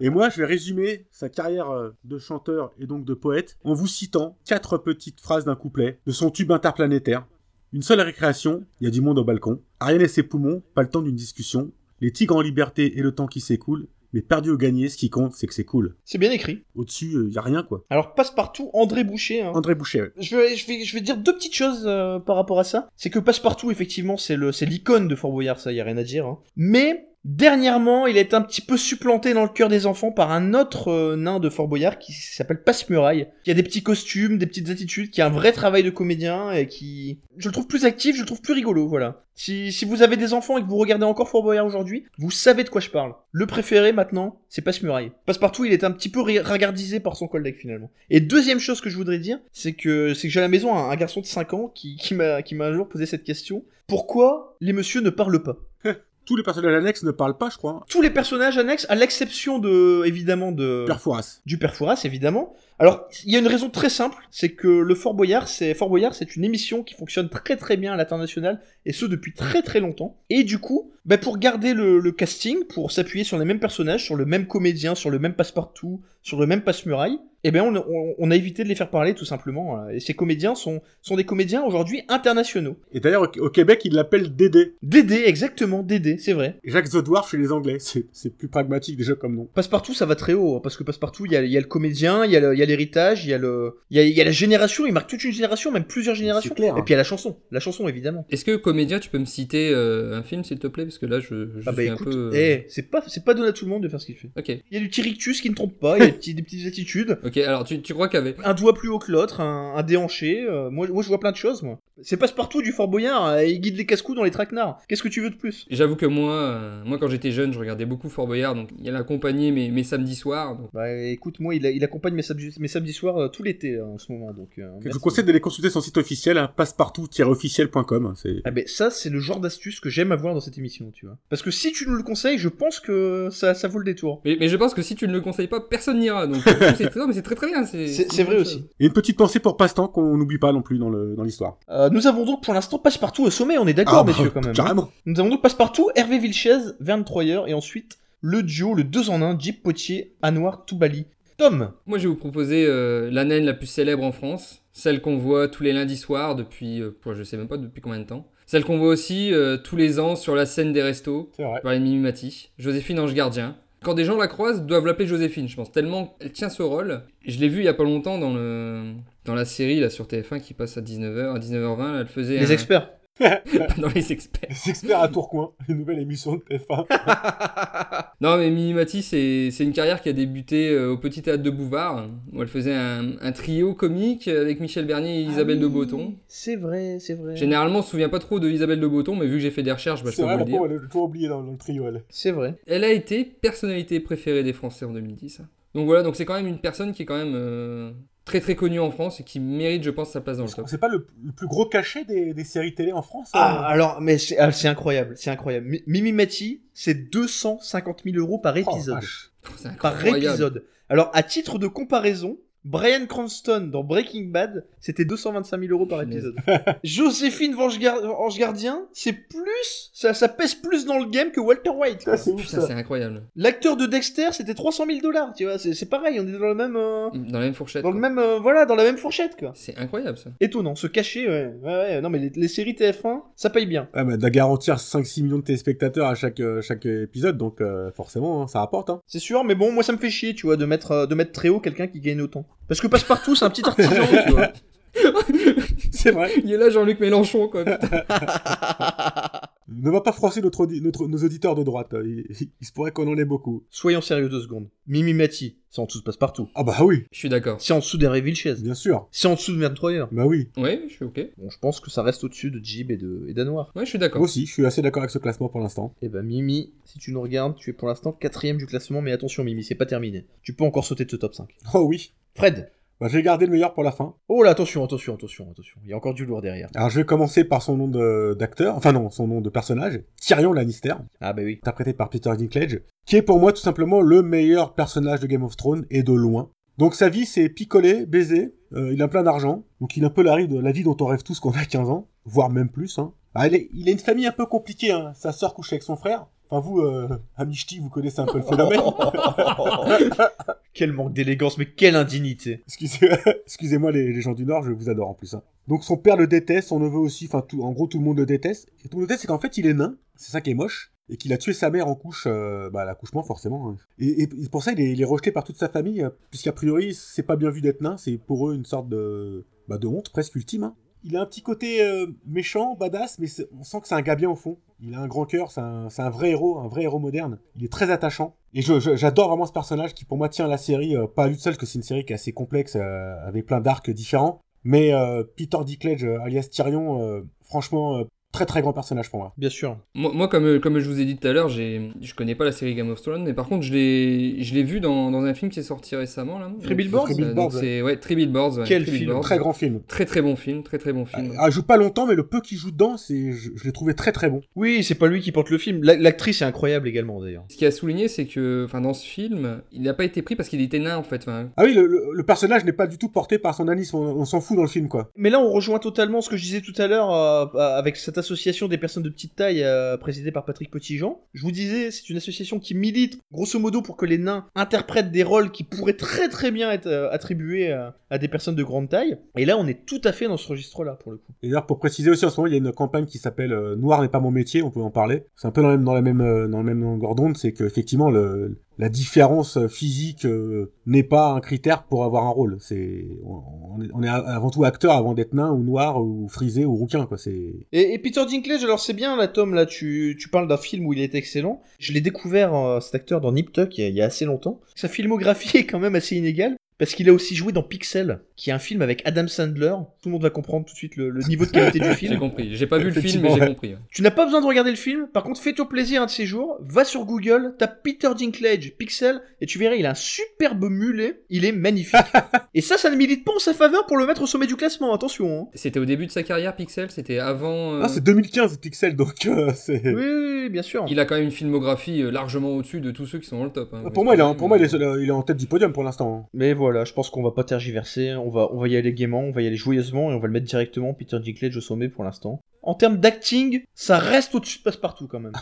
Speaker 2: Et moi, je vais résumer sa carrière euh, de chanteur et donc de poète en vous citant quatre petites phrases d'un couplet de son tube interplanétaire. Une seule récréation, il y a du monde au balcon. Ariane et ses poumons, pas le temps d'une discussion. Les tigres en liberté et le temps qui s'écoule. Mais perdu ou gagné, ce qui compte, c'est que c'est cool.
Speaker 1: C'est bien écrit.
Speaker 2: Au-dessus, il y a rien, quoi.
Speaker 1: Alors passe partout André Boucher. hein.
Speaker 2: André Boucher, ouais.
Speaker 1: Je vais, je, vais, je vais dire deux petites choses euh, par rapport à ça. C'est que Passepartout, effectivement, c'est le, c'est l'icône de Fort Boyard, ça, y a rien à dire. hein. Mais, dernièrement, il a été un petit peu supplanté dans le cœur des enfants par un autre euh, nain de Fort Boyard qui s'appelle Passe-Muraille, qui a des petits costumes, des petites attitudes, qui a un vrai travail de comédien et qui... Je le trouve plus actif, je le trouve plus rigolo, voilà. Si, si vous avez des enfants et que vous regardez encore Fort Boyard aujourd'hui, vous savez de quoi je parle. Le préféré, maintenant, c'est Passe-Muraille. Passepartout, il est un petit peu ri- ragardisé par son collègue, finalement. Et deuxième chose que je voudrais dire, c'est que, c'est que j'ai à la maison un, un garçon de 5 ans qui, qui m'a qui m'a un jour posé cette question. Pourquoi les messieurs ne parlent pas
Speaker 2: Tous les personnages annexes ne parlent pas, je crois. hein.
Speaker 1: Tous les personnages annexes, à l'exception de, évidemment, de...
Speaker 2: Père Fouras.
Speaker 1: du père Fouras, évidemment. Alors, il y a une raison très simple, c'est que le Fort Boyard, c'est Fort Boyard, c'est une émission qui fonctionne très très bien à l'international et ce depuis très très longtemps. Et du coup, bah, pour garder le, le casting, pour s'appuyer sur les mêmes personnages, sur le même comédien, sur le même passe-partout, sur le même passe-muraille, eh ben on, on- on a évité de les faire parler tout simplement. voilà. Et ces comédiens sont sont des comédiens aujourd'hui internationaux.
Speaker 2: Et d'ailleurs, au, au Québec, ils l'appellent Dédé.
Speaker 1: Dédé, exactement, Dédé, c'est vrai.
Speaker 2: Et Jacques The Dwarf chez les Anglais. C'est c'est plus pragmatique déjà comme nom.
Speaker 1: Passepartout, ça va très haut, hein, parce que Passepartout, il y a, il y a le comédien, il y a le- il y a l'héritage, il y a le, il y a, il y a la génération, il marque toute une génération, même plusieurs générations.
Speaker 2: clair, hein.
Speaker 1: Et puis il y a la chanson, la chanson évidemment.
Speaker 3: Est-ce que comédien, tu peux me citer euh, un film, s'il te plaît Parce que là, je, je
Speaker 1: ah bah
Speaker 3: suis un
Speaker 1: écoute,
Speaker 3: peu. euh,
Speaker 1: eh, c'est pas, c'est pas donné à tout le monde de faire ce qu'il fait.
Speaker 3: Ok,
Speaker 1: Il y a du tirictus qui ne trompe pas, il y a des, petits- des petites attitudes,
Speaker 3: ok. Alors, tu, tu crois qu'avec.
Speaker 1: un doigt plus haut que l'autre, un, un déhanché. euh, moi, moi, je vois plein de choses, moi. C'est Passepartout du Fort Boyard, euh, il guide les casse-coups dans les traquenards. Qu'est-ce que tu veux de plus
Speaker 3: J'avoue que moi, euh, moi quand j'étais jeune, je regardais beaucoup Fort Boyard, donc il accompagnait mes, mes samedis soirs. donc-
Speaker 1: Bah écoute, moi, il, il accompagne mes, samedis- mes samedis soirs euh, tout l'été euh, en ce moment, donc. euh,
Speaker 2: Je vous
Speaker 1: merci.
Speaker 2: conseille d'aller consulter son site officiel, hein, passepartout-officiel.com. C'est
Speaker 1: Ah ben ça, c'est le genre d'astuce que j'aime avoir dans cette émission, tu vois. Parce que si tu nous le conseilles, je pense que ça, ça vaut le détour.
Speaker 3: Mais, mais je pense que si tu ne le conseilles pas, personne n'ira. Donc du coup, c'est non, mais c'est très très bien. C'est
Speaker 1: C'est-
Speaker 3: une
Speaker 1: c'est vrai
Speaker 3: bonne
Speaker 1: aussi.
Speaker 3: chose.
Speaker 2: Et une petite pensée pour Passe-temps qu'on n'oublie pas non plus dans le- dans l'histoire.
Speaker 1: Euh, nous avons donc pour l'instant Passepartout au sommet, on est d'accord,
Speaker 2: bah,
Speaker 1: messieurs, quand même. hein.
Speaker 2: Carrément.
Speaker 1: Nous avons donc Passepartout, Hervé Vilchez, Verne Troyer, et ensuite le duo, le 2 en 1, Jeep Potier, Anouar Toubali. Tom
Speaker 3: Moi, je vais vous proposer euh, la naine la plus célèbre en France, celle qu'on voit tous les lundis soirs depuis, euh, pour- je sais même pas depuis combien de temps. Celle qu'on voit aussi euh, tous les ans sur la scène des restos
Speaker 2: C'est vrai.
Speaker 3: par les Mimimati, Joséphine Ange Gardien. Quand des gens la croisent, doivent l'appeler Joséphine, je pense, tellement elle tient ce rôle. Je l'ai vu il y a pas longtemps dans le dans la série là sur TF1 qui passe à 19h, à 19h20, elle faisait
Speaker 1: Les
Speaker 3: un-
Speaker 1: experts.
Speaker 3: dans les experts.
Speaker 2: Les experts à Tourcoing, une nouvelle émission de TF1.
Speaker 3: Non, mais Minimati, c'est c'est une carrière qui a débuté euh, au Petit Théâtre de Bouvard, où elle faisait un, un trio comique avec Michel Bernier
Speaker 1: Ah
Speaker 3: et Isabelle de Botton.
Speaker 1: C'est vrai, c'est vrai.
Speaker 3: Euh, Généralement, on se souvient pas trop de Isabelle de Botton, mais vu que j'ai fait des recherches, bah, je
Speaker 2: C'est
Speaker 3: peux
Speaker 2: vrai,
Speaker 3: vous le dire.
Speaker 2: pourquoi on l'a toujours oublié dans, dans le trio, elle.
Speaker 1: C'est vrai.
Speaker 3: Elle a été personnalité préférée des Français en 2010. hein. Donc voilà, donc c'est quand même une personne qui est quand même euh, très très connue en France et qui mérite, je pense, sa place dans le top.
Speaker 2: C'est pas le, le plus gros cachet des, des séries télé en France
Speaker 1: Ah,
Speaker 2: euh
Speaker 1: alors, mais c'est ah, c'est incroyable, c'est incroyable. Mi- Mimi Mati, c'est 250 000 euros par
Speaker 2: Oh,
Speaker 1: épisode.
Speaker 2: vache.
Speaker 3: C'est
Speaker 1: par
Speaker 3: incroyable.
Speaker 1: épisode. Alors, à titre de comparaison, Brian Cranston dans Breaking Bad, c'était 225 000 euros par épisode. Joséphine Vange Gar- Ange Gardien, c'est plus, ça, ça pèse plus dans le game que Walter White. quoi.
Speaker 2: Putain, c'est ouf
Speaker 3: Putain,
Speaker 2: ça.
Speaker 3: c'est incroyable.
Speaker 1: L'acteur de Dexter, c'était 300 000 dollars, tu vois, c'est c'est pareil, on est dans le même, euh,
Speaker 2: Mm.
Speaker 3: Dans la même fourchette.
Speaker 1: dans le
Speaker 3: quoi.
Speaker 1: même, euh, voilà, dans la même fourchette, quoi.
Speaker 3: C'est incroyable ça.
Speaker 1: Étonnant, se cacher, ouais, ouais, ouais, non mais les, les séries TF1, ça paye bien.
Speaker 2: Ah, bah, de garantir 5-6 millions de téléspectateurs à chaque, euh, chaque épisode, donc euh, forcément, hein, ça rapporte. Hein.
Speaker 1: C'est sûr, mais bon, moi ça me fait chier, tu vois, de mettre, euh, de mettre très haut quelqu'un qui gagne autant. Parce que Passepartout, c'est un petit artisan, tu vois.
Speaker 2: C'est vrai.
Speaker 3: Il est là Jean-Luc Mélenchon, quoi. putain.
Speaker 2: Ne va pas froisser notre audi- notre- nos auditeurs de droite. euh, Il, il se pourrait qu'on en ait beaucoup.
Speaker 1: Soyons sérieux deux secondes. Mimi Mati, c'est en dessous de passe-partout.
Speaker 2: Ah bah oui,
Speaker 3: Je suis d'accord.
Speaker 1: C'est en dessous d'Hervé Vilches.
Speaker 2: bien sûr.
Speaker 1: C'est en dessous de Merde Troyer.
Speaker 2: Bah oui.
Speaker 3: Ouais, je suis ok.
Speaker 1: Bon, je pense que ça reste au-dessus de Jib et de et d'Anoir.
Speaker 3: Ouais, je suis
Speaker 2: Moi
Speaker 3: d'accord.
Speaker 2: aussi, je suis assez d'accord avec ce classement pour l'instant.
Speaker 1: Eh ben Mimi, si tu nous regardes, tu es pour l'instant quatrième du classement, mais attention Mimi, c'est pas terminé. Tu peux encore sauter de ce top 5.
Speaker 2: Oh oui.
Speaker 1: Fred
Speaker 2: Bah, j'ai gardé le meilleur pour la fin.
Speaker 1: Oh là, attention, attention, attention, attention. Il y a encore du lourd derrière.
Speaker 2: Alors je vais commencer par son nom de- d'acteur, enfin non, son nom de personnage, Tyrion Lannister,
Speaker 1: Ah bah oui.
Speaker 2: interprété par Peter Dinklage, qui est pour moi tout simplement le meilleur personnage de Game of Thrones et de loin. Donc sa vie c'est picoler, baiser, euh, il a plein d'argent, donc il a un peu la, rive- la vie dont on rêve tous quand on a 15 ans, voire même plus. Hein. Ah, il, est- il a une famille un peu compliquée, hein. sa sœur couche avec son frère. Enfin vous, euh, amis ch'tis, vous connaissez un peu le phénomène.
Speaker 1: Quel manque d'élégance, mais quelle indignité.
Speaker 2: Excusez- Excusez-moi les, les gens du Nord, je vous adore en plus. hein. Donc son père le déteste, son neveu aussi, enfin tout, en gros tout le monde le déteste. Et tout le monde le déteste, c'est qu'en fait il est nain, c'est ça qui est moche, et qu'il a tué sa mère en couche, euh, bah à l'accouchement forcément. hein. Et, et pour ça il est, il est rejeté par toute sa famille, euh, puisqu'a priori c'est pas bien vu d'être nain, c'est pour eux une sorte de, bah, de honte presque ultime. hein. Il a un petit côté euh, méchant, badass, mais c'est- on sent que c'est un gars bien au fond. Il a un grand cœur, c'est un, c'est un vrai héros, un vrai héros moderne. Il est très attachant. Et je- je- j'adore vraiment ce personnage qui, pour moi, tient la série, euh, pas à lui seul, parce que c'est une série qui est assez complexe, euh, avec plein d'arcs différents. Mais euh, Peter Dinklage, euh, alias Tyrion, euh, franchement, euh, très très grand personnage pour moi.
Speaker 1: Bien sûr.
Speaker 3: Moi, moi, comme, euh, comme je vous ai dit tout à l'heure, j'ai- je connais pas la série Game of Thrones, mais par contre, je l'ai je l'ai vu dans, dans un film qui est sorti récemment. Là.
Speaker 1: Three Billboards
Speaker 3: Donc,
Speaker 2: Three
Speaker 3: euh, donc
Speaker 2: Billboards,
Speaker 3: c'est- ouais, Three Billboards. ouais,
Speaker 1: Quel
Speaker 3: Three
Speaker 1: film,
Speaker 3: Billboards.
Speaker 2: Très grand film.
Speaker 3: Très très bon film, très très bon film.
Speaker 2: Ah, il joue pas longtemps, mais le peu qu'il joue dedans, c'est, je, je l'ai trouvé très très bon.
Speaker 1: Oui, c'est pas lui qui porte le film. La- L'actrice est incroyable également d'ailleurs.
Speaker 3: Ce qui a souligné, c'est que enfin, dans ce film, il n'a pas été pris parce qu'il était nain en fait. Enfin,
Speaker 2: Ah oui, le, le- le personnage n'est pas du tout porté par son anisme, on, on s'en fout dans le film, quoi.
Speaker 1: Mais là, on rejoint totalement ce que je disais tout à l'heure euh, euh, avec cette association des personnes de petite taille euh, présidée par Patrick Petitjean. Je vous disais, c'est une association qui milite grosso modo pour que les nains interprètent des rôles qui pourraient très très bien être euh, attribués euh, à des personnes de grande taille. Et là, on est tout à fait dans ce registre-là pour le coup.
Speaker 2: Et d'ailleurs, pour préciser aussi, en ce moment, il y a une campagne qui s'appelle euh, Noir n'est pas mon métier, on peut en parler. C'est un peu dans, la même, dans, la même, euh, dans le même longueur d'onde, c'est qu'effectivement, le, la différence euh, physique euh, n'est pas un critère pour avoir un rôle. C'est, on, on est, on est avant tout acteur avant d'être nain ou noir ou frisé ou rouquin, quoi. C'est,
Speaker 1: Et, et Peter Dinklage, alors c'est bien, là, Tom, là, tu, tu parles d'un film où il est excellent. Je l'ai découvert, euh, cet acteur, dans Nip Tuck, il y, a, il y a assez longtemps. Sa filmographie est quand même assez inégale, parce qu'il a aussi joué dans Pixel, qui est un film avec Adam Sandler. Tout le monde va comprendre tout de suite le, le niveau de qualité du
Speaker 3: j'ai
Speaker 1: film.
Speaker 3: compris. J'ai pas vu le film,
Speaker 2: Effectivement,
Speaker 3: mais j'ai
Speaker 2: ouais.
Speaker 3: compris. ouais.
Speaker 1: Tu n'as pas besoin de regarder le film, par contre, fais-toi plaisir un de ces jours, va sur Google, tape Peter Dinklage, Pixel, et tu verras, il a un superbe mulet, il est magnifique. et ça, ça ne milite pas en sa faveur pour le mettre au sommet du classement, attention. hein.
Speaker 3: C'était au début de sa carrière, Pixel. C'était avant. euh,
Speaker 2: Ah, c'est 2015 Pixel, donc euh, c'est.
Speaker 1: Oui, oui, oui, bien sûr.
Speaker 3: Il a quand même une filmographie euh, largement au-dessus de tous ceux qui sont dans le top. hein.
Speaker 2: Ah, Pour moi, il est, en- pour moi, il est,
Speaker 3: Mais-
Speaker 2: il est en tête du podium pour l'instant. hein.
Speaker 1: Mais voilà, je pense qu'on va pas tergiverser, hein. on va, on va y aller gaiement, on va y aller joyeusement et on va le mettre directement Peter Dinklage au sommet pour l'instant. En termes d'acting, ça reste au-dessus de passe-partout quand même.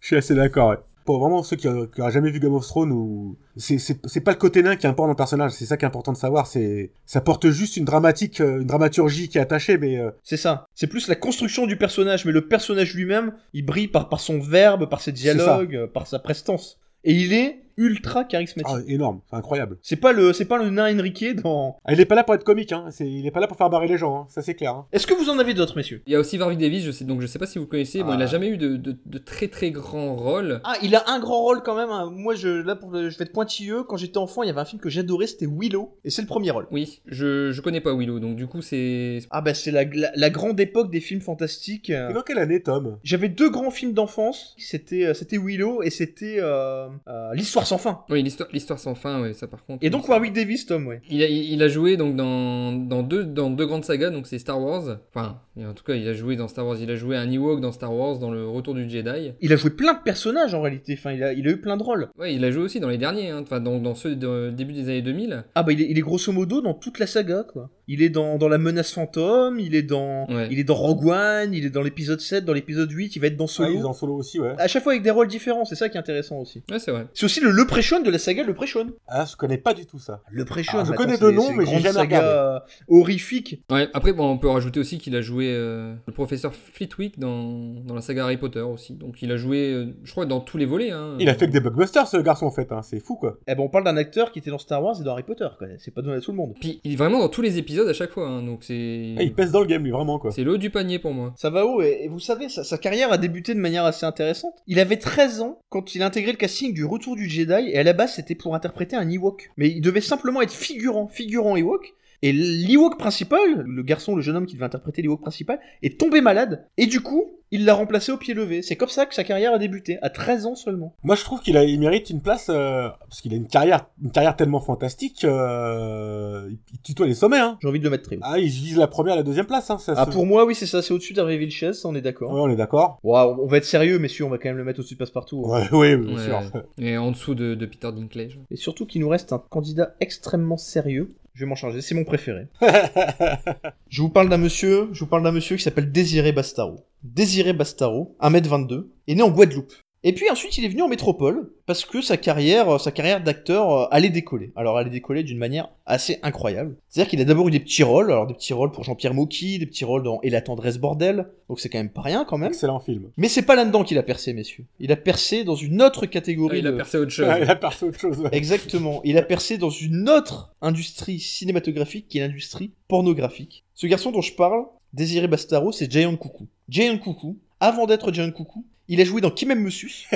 Speaker 2: Je suis assez d'accord. ouais. Pour vraiment ceux qui n'ont jamais vu Game of Thrones, ou c'est c'est- c'est pas le côté nain qui importe dans le personnage, c'est ça qui est important de savoir. C'est ça porte juste une dramatique, euh, une dramaturgie qui est attachée, mais euh,
Speaker 1: C'est ça. C'est plus la construction du personnage, mais le personnage lui-même, il brille par, par son verbe, par ses dialogues, euh, par sa prestance. Et il est ultra charismatique.
Speaker 2: ah, énorme, c'est incroyable.
Speaker 1: C'est pas le, c'est pas le nain Enrique dans.
Speaker 2: Ah, il est pas là pour être comique, hein. c'est- il est pas là pour faire barrer les gens, hein. ça c'est clair. hein.
Speaker 1: Est-ce que vous en avez d'autres, messieurs
Speaker 3: Il y a aussi Warwick Davis, je sais, donc je sais pas si vous le connaissez. Bon,
Speaker 1: Ah.
Speaker 3: il a jamais eu de, de- de très très grands rôles.
Speaker 1: Ah, il a un grand rôle quand même. hein. Moi, je, là, pour le- je vais être pointilleux. Quand j'étais enfant, il y avait un film que j'adorais, c'était Willow, et c'est le premier rôle.
Speaker 3: Oui, je, je connais pas Willow, donc du coup c'est.
Speaker 1: Ah bah c'est la, la, la grande époque des films fantastiques. euh.
Speaker 2: Et dans quelle année, Tom
Speaker 1: J'avais deux grands films d'enfance, c'était euh, c'était Willow et c'était euh, euh, L'Histoire sans fin.
Speaker 3: Oui, l'histoire, l'histoire sans fin, ouais, ça par contre.
Speaker 1: Et donc Warwick Davis, Tom, ouais.
Speaker 3: Il a, il il a joué donc dans, dans, deux, dans deux grandes sagas, donc c'est Star Wars. Enfin, et en tout cas, il a joué dans Star Wars. Il a joué un Ewok dans Star Wars, dans le Retour du Jedi.
Speaker 1: Il a joué plein de personnages en réalité, enfin il a, il a eu plein de rôles.
Speaker 3: Ouais, il a joué aussi dans les derniers, hein. enfin dans, dans ceux de début des années 2000.
Speaker 1: Ah bah il est, il est grosso modo dans toute la saga, quoi. Il est dans, dans La Menace Fantôme, il est dans
Speaker 3: Ouais.
Speaker 1: il est dans Rogue One, il est dans l'épisode 7, dans l'épisode 8, il va être dans
Speaker 2: Ah, il est
Speaker 1: Solo.
Speaker 2: en solo aussi, ouais.
Speaker 1: À chaque fois avec des rôles différents, c'est ça qui est intéressant aussi.
Speaker 3: Ouais, c'est vrai.
Speaker 1: C'est aussi le Le Préchon de la saga Le Préchon.
Speaker 2: Ah, je connais pas du tout ça.
Speaker 1: Le Préchon,
Speaker 2: Ah, je
Speaker 1: attends,
Speaker 2: connais
Speaker 1: c'est-
Speaker 2: de nom,
Speaker 1: c'est une
Speaker 2: mais j'ai
Speaker 1: grande
Speaker 2: jamais
Speaker 1: saga euh, horrifique
Speaker 3: Ouais, après, bon, on peut rajouter aussi qu'il a joué euh, le professeur Flitwick dans, dans la saga Harry Potter aussi. Donc il a joué, euh, je crois, dans tous les volets. Hein.
Speaker 2: Il a fait que des blockbusters, ce garçon, en fait, hein. c'est fou, quoi.
Speaker 1: Eh ben, on parle d'un acteur qui était dans Star Wars et dans Harry Potter, quoi. C'est pas donné à tout le monde.
Speaker 3: Puis il est vraiment dans tous les épisodes, épisode à chaque fois, hein, donc c'est
Speaker 2: Ah, il pèse dans le game, lui, vraiment, quoi.
Speaker 3: c'est l'eau du panier pour moi.
Speaker 1: Ça va haut, et, et vous savez, sa, sa carrière a débuté de manière assez intéressante. Il avait 13 ans quand il a intégré le casting du Retour du Jedi, et à la base c'était pour interpréter un Ewok. Mais il devait simplement être figurant, figurant Ewok. Et l'Ewok principal, le garçon, le jeune homme qui devait interpréter l'Ewok principal, est tombé malade. Et du coup, il l'a remplacé au pied levé. C'est comme ça que sa carrière a débuté, à 13 ans seulement.
Speaker 2: Moi, je trouve qu'il a, il mérite une place euh, parce qu'il a une carrière, une carrière tellement fantastique. Euh, il- il tutoie les sommets. Hein.
Speaker 1: J'ai envie de le mettre très haut.
Speaker 2: Ah, il vise la première, la deuxième place. Hein, ça,
Speaker 1: Ah,
Speaker 2: se-
Speaker 1: pour hein. moi, oui, c'est ça, c'est au-dessus d'Hervé Vilches, ça, on est d'accord.
Speaker 2: Ouais, on est d'accord.
Speaker 1: Waouh, on va être sérieux, messieurs, on va quand même le mettre au-dessus de Passepartout. hein.
Speaker 2: Ouais, ouais, bien
Speaker 3: Ouais.
Speaker 2: sûr.
Speaker 3: Et en dessous de, de Peter Dinklage.
Speaker 1: Et surtout qu'il nous reste un candidat extrêmement sérieux. Je vais m'en charger, c'est mon préféré. je vous parle d'un monsieur, je vous parle d'un monsieur qui s'appelle Désiré Bastaro. Désiré Bastaro, 1m22, est né en Guadeloupe. Et puis ensuite, il est venu en métropole parce que sa carrière, euh, sa carrière d'acteur euh, allait décoller. Alors, allait décoller d'une manière assez incroyable. C'est-à-dire qu'il a d'abord eu des petits rôles, alors des petits rôles pour Jean-Pierre Mocky, des petits rôles dans Et la tendresse bordel. Donc, c'est quand même pas rien quand même.
Speaker 2: Excellent film.
Speaker 1: Mais c'est pas là-dedans qu'il a percé, messieurs. Il a percé dans une autre
Speaker 3: Ah,
Speaker 1: catégorie.
Speaker 3: il a
Speaker 1: de-
Speaker 3: percé autre chose.
Speaker 2: Ah, il a percé autre chose. ouais.
Speaker 1: Exactement. Il a percé dans une autre industrie cinématographique qui est l'industrie pornographique. Ce garçon dont je parle, Désiré Bastaro, c'est Giant Coucou. Giant Coucou, avant d'être Giant Coucou, il a joué dans Qui m'aime me suce,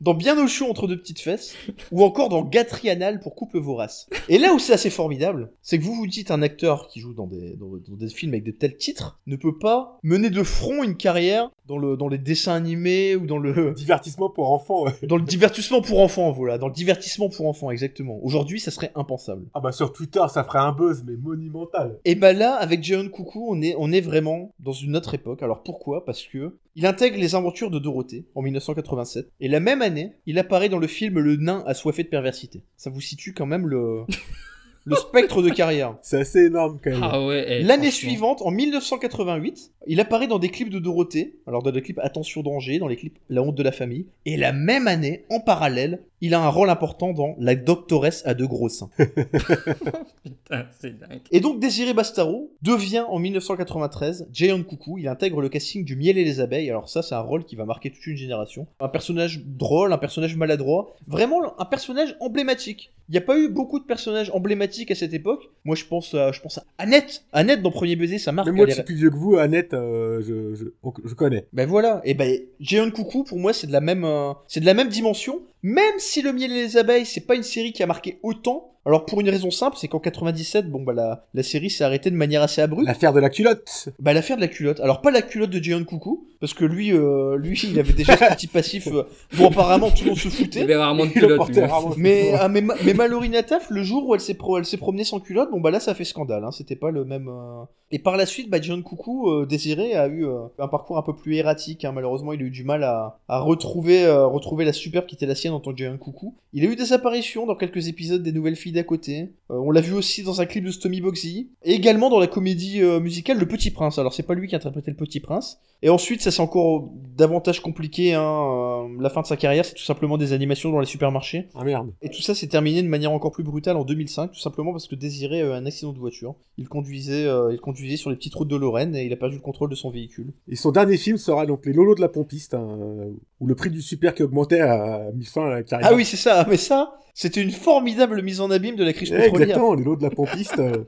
Speaker 1: dans Bien au chaud entre deux petites fesses, ou encore dans Gatrianal pour couple vorace. Et là où c'est assez formidable, c'est que vous vous dites un acteur qui joue dans des, dans, dans des films avec de tels titres ne peut pas mener de front une carrière dans, le, dans les dessins animés ou dans le,
Speaker 2: Divertissement pour enfants. ouais.
Speaker 1: dans le divertissement pour enfants, voilà. Dans le divertissement pour enfants, exactement. Aujourd'hui, ça serait impensable.
Speaker 2: Ah bah sur Twitter, ça ferait un buzz mais monumental.
Speaker 1: Et bah là, avec Jeon Coucou, on est, on est vraiment dans une autre époque. Alors pourquoi Parce que il intègre les aventures de Dorothée en 1987. Et la même année, il apparaît dans le film Le nain assoiffé de perversité. Ça vous situe quand même le, le spectre de carrière.
Speaker 2: C'est assez énorme quand même.
Speaker 3: Ah ouais. eh,
Speaker 1: L'année
Speaker 3: franchement.
Speaker 1: suivante, en 1988, il apparaît dans des clips de Dorothée, alors dans des clips Attention danger, dans les clips La honte de la famille, et la même année, en parallèle, il a un rôle important dans La doctoresse à de gros seins.
Speaker 3: Putain, c'est dingue.
Speaker 1: Et donc Désiré Bastaro devient en 1993 Jayon Coucou, il intègre le casting du Miel et les abeilles, alors ça c'est un rôle qui va marquer toute une génération. Un personnage drôle, un personnage maladroit, vraiment un personnage emblématique. Il n'y a pas eu beaucoup de personnages emblématiques à cette époque. Moi je pense à, je pense à Annette, Annette dans Premier Baiser, ça marque.
Speaker 2: Même moi
Speaker 1: elle
Speaker 2: je
Speaker 1: est-
Speaker 2: suis plus vieux que vous, Annette, euh, je, je, on- je connais.
Speaker 1: Ben voilà, et ben Jeon Coucou pour moi c'est de la même euh, c'est de la même dimension, même si le miel et les abeilles c'est pas une série qui a marqué autant. Alors pour une raison simple, c'est qu'en 97, bon bah la, la série s'est arrêtée de manière assez abrupte.
Speaker 2: L'affaire de la culotte.
Speaker 1: Bah l'affaire de la culotte. Alors pas la culotte de Jeon Coucou parce que lui euh, lui il avait déjà ce petit passif euh, dont apparemment tout le monde se
Speaker 3: Il
Speaker 1: foutait.
Speaker 3: avait rarement de
Speaker 2: Il le
Speaker 3: pilote.
Speaker 2: portait rarement.
Speaker 1: Mais, ah, mais, Ma- mais Mallory Nataf, le jour où elle s'est, pro- elle s'est promenée sans culotte, bon bah là ça fait scandale, hein, c'était pas le même... euh. Et par la suite, bah, John Coucou, euh, Désiré, a eu euh, un parcours un peu plus erratique, hein. malheureusement il a eu du mal à, à retrouver, euh, retrouver la superbe qui était la sienne en tant que John Coucou. Il a eu des apparitions dans quelques épisodes des Nouvelles Filles d'à côté, Euh, on l'a vu aussi dans un clip de Stomy Boxy, et également dans la comédie euh, musicale Le Petit Prince, alors c'est pas lui qui interprétait Le Petit Prince, et ensuite, ça c'est encore davantage compliqué. Hein. euh, La fin de sa carrière, c'est tout simplement des animations dans les supermarchés.
Speaker 2: Ah merde.
Speaker 1: Et tout ça s'est terminé de manière encore plus brutale en 2005, tout simplement parce que Désiré euh, a eu un accident de voiture. Il conduisait, euh, il conduisait sur les petites routes de Lorraine et il a perdu le contrôle de son véhicule.
Speaker 2: Et son dernier film sera donc Les Lolos de la Pompiste, hein, où le prix du super qui augmentait a mis fin à la carrière.
Speaker 1: Ah oui, c'est ça, mais ça, c'était une formidable mise en abîme de la crise
Speaker 2: Eh,
Speaker 1: pétrolière.
Speaker 2: Exactement, Les Lolos de la Pompiste, euh,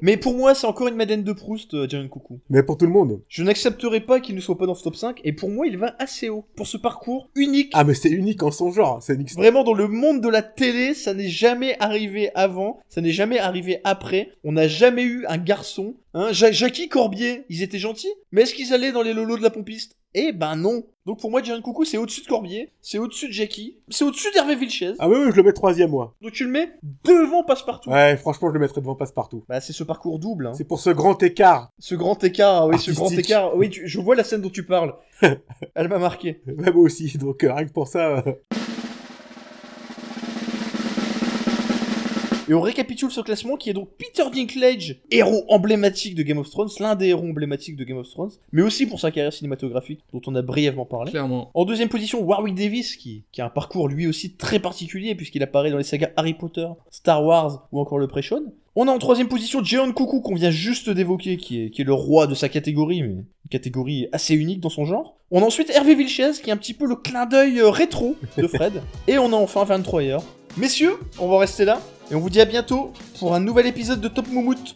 Speaker 1: Mais pour moi, c'est encore une Madeleine de Proust, euh, John Coucou.
Speaker 2: mais pour tout le monde.
Speaker 1: Je n'accepterai pas qu'il ne soit pas dans ce top 5 et pour moi, il va assez haut pour ce parcours unique.
Speaker 2: Ah mais c'est unique en son genre, c'est unique.
Speaker 1: Vraiment, dans le monde de la télé, ça n'est jamais arrivé avant, ça n'est jamais arrivé après. On n'a jamais eu un garçon. Hein. Ja- Jackie Corbier, ils étaient gentils, mais est-ce qu'ils allaient dans les lolos de la pompiste Eh ben non. Donc pour moi, John Coucou, c'est au-dessus de Corbier, c'est au-dessus de Jackie, c'est au-dessus d'Hervé Vilches.
Speaker 2: Ah oui, oui, je le mets troisième moi.
Speaker 1: Donc tu le mets devant Passe-Partout.
Speaker 2: Ouais, franchement, je le mettrais devant Passepartout.
Speaker 1: Bah c'est ce parcours double. hein.
Speaker 2: C'est pour ce grand écart.
Speaker 1: Ce grand écart, oui, ce
Speaker 2: Artistique.
Speaker 1: grand écart. Oui, tu- je vois la scène dont tu parles. Elle m'a marqué.
Speaker 2: Bah, moi aussi, donc euh, rien que pour ça. euh,
Speaker 1: Et on récapitule ce classement qui est donc Peter Dinklage, héros emblématique de Game of Thrones, l'un des héros emblématiques de Game of Thrones, mais aussi pour sa carrière cinématographique dont on a brièvement parlé.
Speaker 3: Clairement.
Speaker 1: En deuxième position, Warwick Davis, qui, qui a un parcours lui aussi très particulier, puisqu'il apparaît dans les sagas Harry Potter, Star Wars ou encore Le Préchon. On a en troisième position Jeon Coucou, qu'on vient juste d'évoquer, qui est, qui est le roi de sa catégorie, mais une catégorie assez unique dans son genre. On a ensuite Hervé Vilches, qui est un petit peu le clin d'œil euh, rétro de Fred. Et on a enfin 23 heures. Messieurs, on va rester là, et on vous dit à bientôt pour un nouvel épisode de Top Moumout.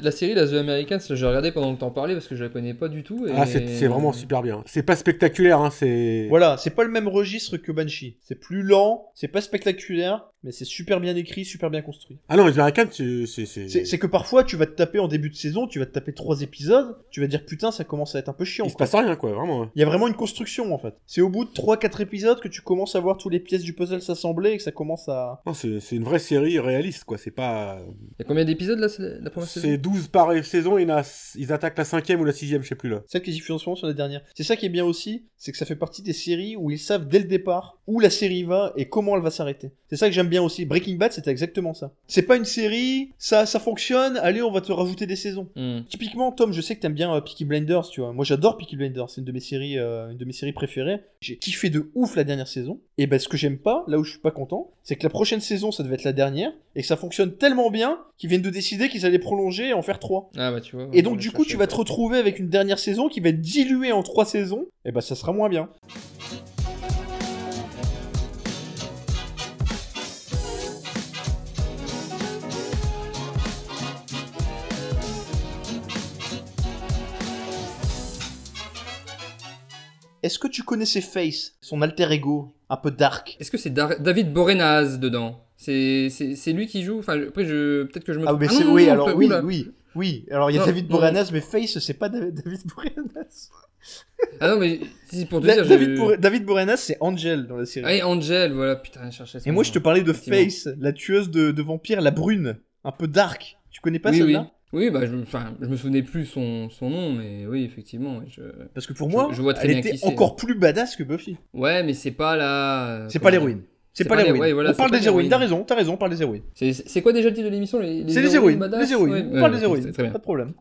Speaker 3: la série Las The Americans, j'ai regardé pendant que t'en parlais parce que je la connais pas du tout. Et...
Speaker 2: Ah, c'est c'est vraiment super bien. C'est pas spectaculaire, hein, c'est.
Speaker 1: Voilà, c'est pas le même registre que Banshee. C'est plus lent, c'est pas spectaculaire, mais c'est super bien écrit, super bien construit.
Speaker 2: Ah non, les Américains, c'est. c'est- c'est-
Speaker 1: C'est c'est que parfois, tu vas te taper en début de saison, tu vas te taper trois épisodes, tu vas dire putain, ça commence à être un peu chiant.
Speaker 2: Il se
Speaker 1: quoi.
Speaker 2: passe rien, quoi, vraiment. hein.
Speaker 1: Il y a vraiment une construction en fait. C'est au bout de 3-4 épisodes que tu commences à voir toutes les pièces du puzzle s'assembler et que ça commence à.
Speaker 2: Non, c'est c'est une vraie série réaliste, quoi. C'est pas.
Speaker 3: Il y a combien d'épisodes là, c'est la- la première saison
Speaker 2: C'est 12 par saison, et il y en a- ils attaquent la cinquième ou la sixième, je sais plus là.
Speaker 1: Celle qui est diffusée en ce moment sur la dernière. C'est ça qui est bien aussi, c'est que ça fait partie des séries où ils savent dès le départ où la série va et comment elle va s'arrêter. C'est ça que j'aime bien aussi. Breaking Bad, c'était exactement ça. C'est pas une série, ça, ça fonctionne, allez, on va te rajouter des saisons.
Speaker 3: Hmm.
Speaker 1: Typiquement, Tom, je sais que t'aimes bien euh, Peaky Blinders, tu vois. Moi, j'adore Peaky Blinders, c'est une de mes séries, euh, une de mes séries préférées. J'ai kiffé de ouf la dernière saison. Et ben, ce que j'aime pas, là où je suis pas content, c'est que la prochaine saison, ça devait être la dernière, et que ça fonctionne tellement bien qu'ils viennent de décider qu'ils allaient prolonger et en faire trois.
Speaker 3: Ah bah tu vois.
Speaker 1: Et
Speaker 3: ouais,
Speaker 1: donc,
Speaker 3: je
Speaker 1: du coup,
Speaker 3: cherchais,
Speaker 1: tu vas te
Speaker 3: quoi.
Speaker 1: retrouver avec une dernière saison qui va être diluée en trois saisons. Et ben, ça sera moins bien. Est-ce que tu connaissais Face, son alter ego, un peu dark
Speaker 3: Est-ce que c'est Dar- David Borenaz dedans C'est c'est- c'est lui qui joue Enfin, je- après, je... peut-être que je me
Speaker 1: Ah, mais
Speaker 3: non,
Speaker 1: c'est.
Speaker 3: non,
Speaker 1: Oui,
Speaker 3: non,
Speaker 1: alors,
Speaker 3: pas-
Speaker 1: oui,
Speaker 3: oula.
Speaker 1: oui, oui. Alors, il y a
Speaker 3: Non,
Speaker 1: David
Speaker 3: non.
Speaker 1: Boreanaz, mais Face, c'est pas David David Boreanaz.
Speaker 3: Ah non, mais c'est pour te
Speaker 1: Da-
Speaker 3: dire.
Speaker 1: David,
Speaker 3: je-
Speaker 1: Bour- David Boreanaz, c'est Angel dans la série.
Speaker 3: Ah, et Angel, voilà, putain, je cherchais ça.
Speaker 1: Et moi, je te parlais de
Speaker 3: Effectivement.
Speaker 1: Face, la tueuse de, de vampires, la brune, un peu dark. Tu connais pas
Speaker 3: oui, oui.
Speaker 1: celle-là
Speaker 3: Oui, bah, je, enfin, je me souvenais plus son, son nom, mais oui, effectivement. ouais, Je...
Speaker 1: Parce que pour moi,
Speaker 3: Je- je vois très
Speaker 1: elle
Speaker 3: bien
Speaker 1: était
Speaker 3: qui c'est.
Speaker 1: encore plus badass que Buffy.
Speaker 3: Ouais, mais c'est pas la.
Speaker 1: C'est
Speaker 3: comment
Speaker 1: pas
Speaker 3: dire
Speaker 1: l'héroïne.
Speaker 3: C'est
Speaker 1: C'est pas
Speaker 3: pas les-
Speaker 1: l'héroïne.
Speaker 3: ouais, voilà,
Speaker 1: on
Speaker 3: c'est
Speaker 1: parle
Speaker 3: pas
Speaker 1: des héroïnes.
Speaker 3: l'héroïne.
Speaker 1: T'as raison, t'as raison, on parle des héroïnes.
Speaker 3: C'est c'est quoi déjà le titre de l'émission les-
Speaker 1: C'est les héroïnes,
Speaker 3: badass
Speaker 1: les héroïnes.
Speaker 3: Ouais,
Speaker 1: on parle
Speaker 3: ouais,
Speaker 1: des héroïnes.
Speaker 3: Très bien.
Speaker 1: Pas de problème.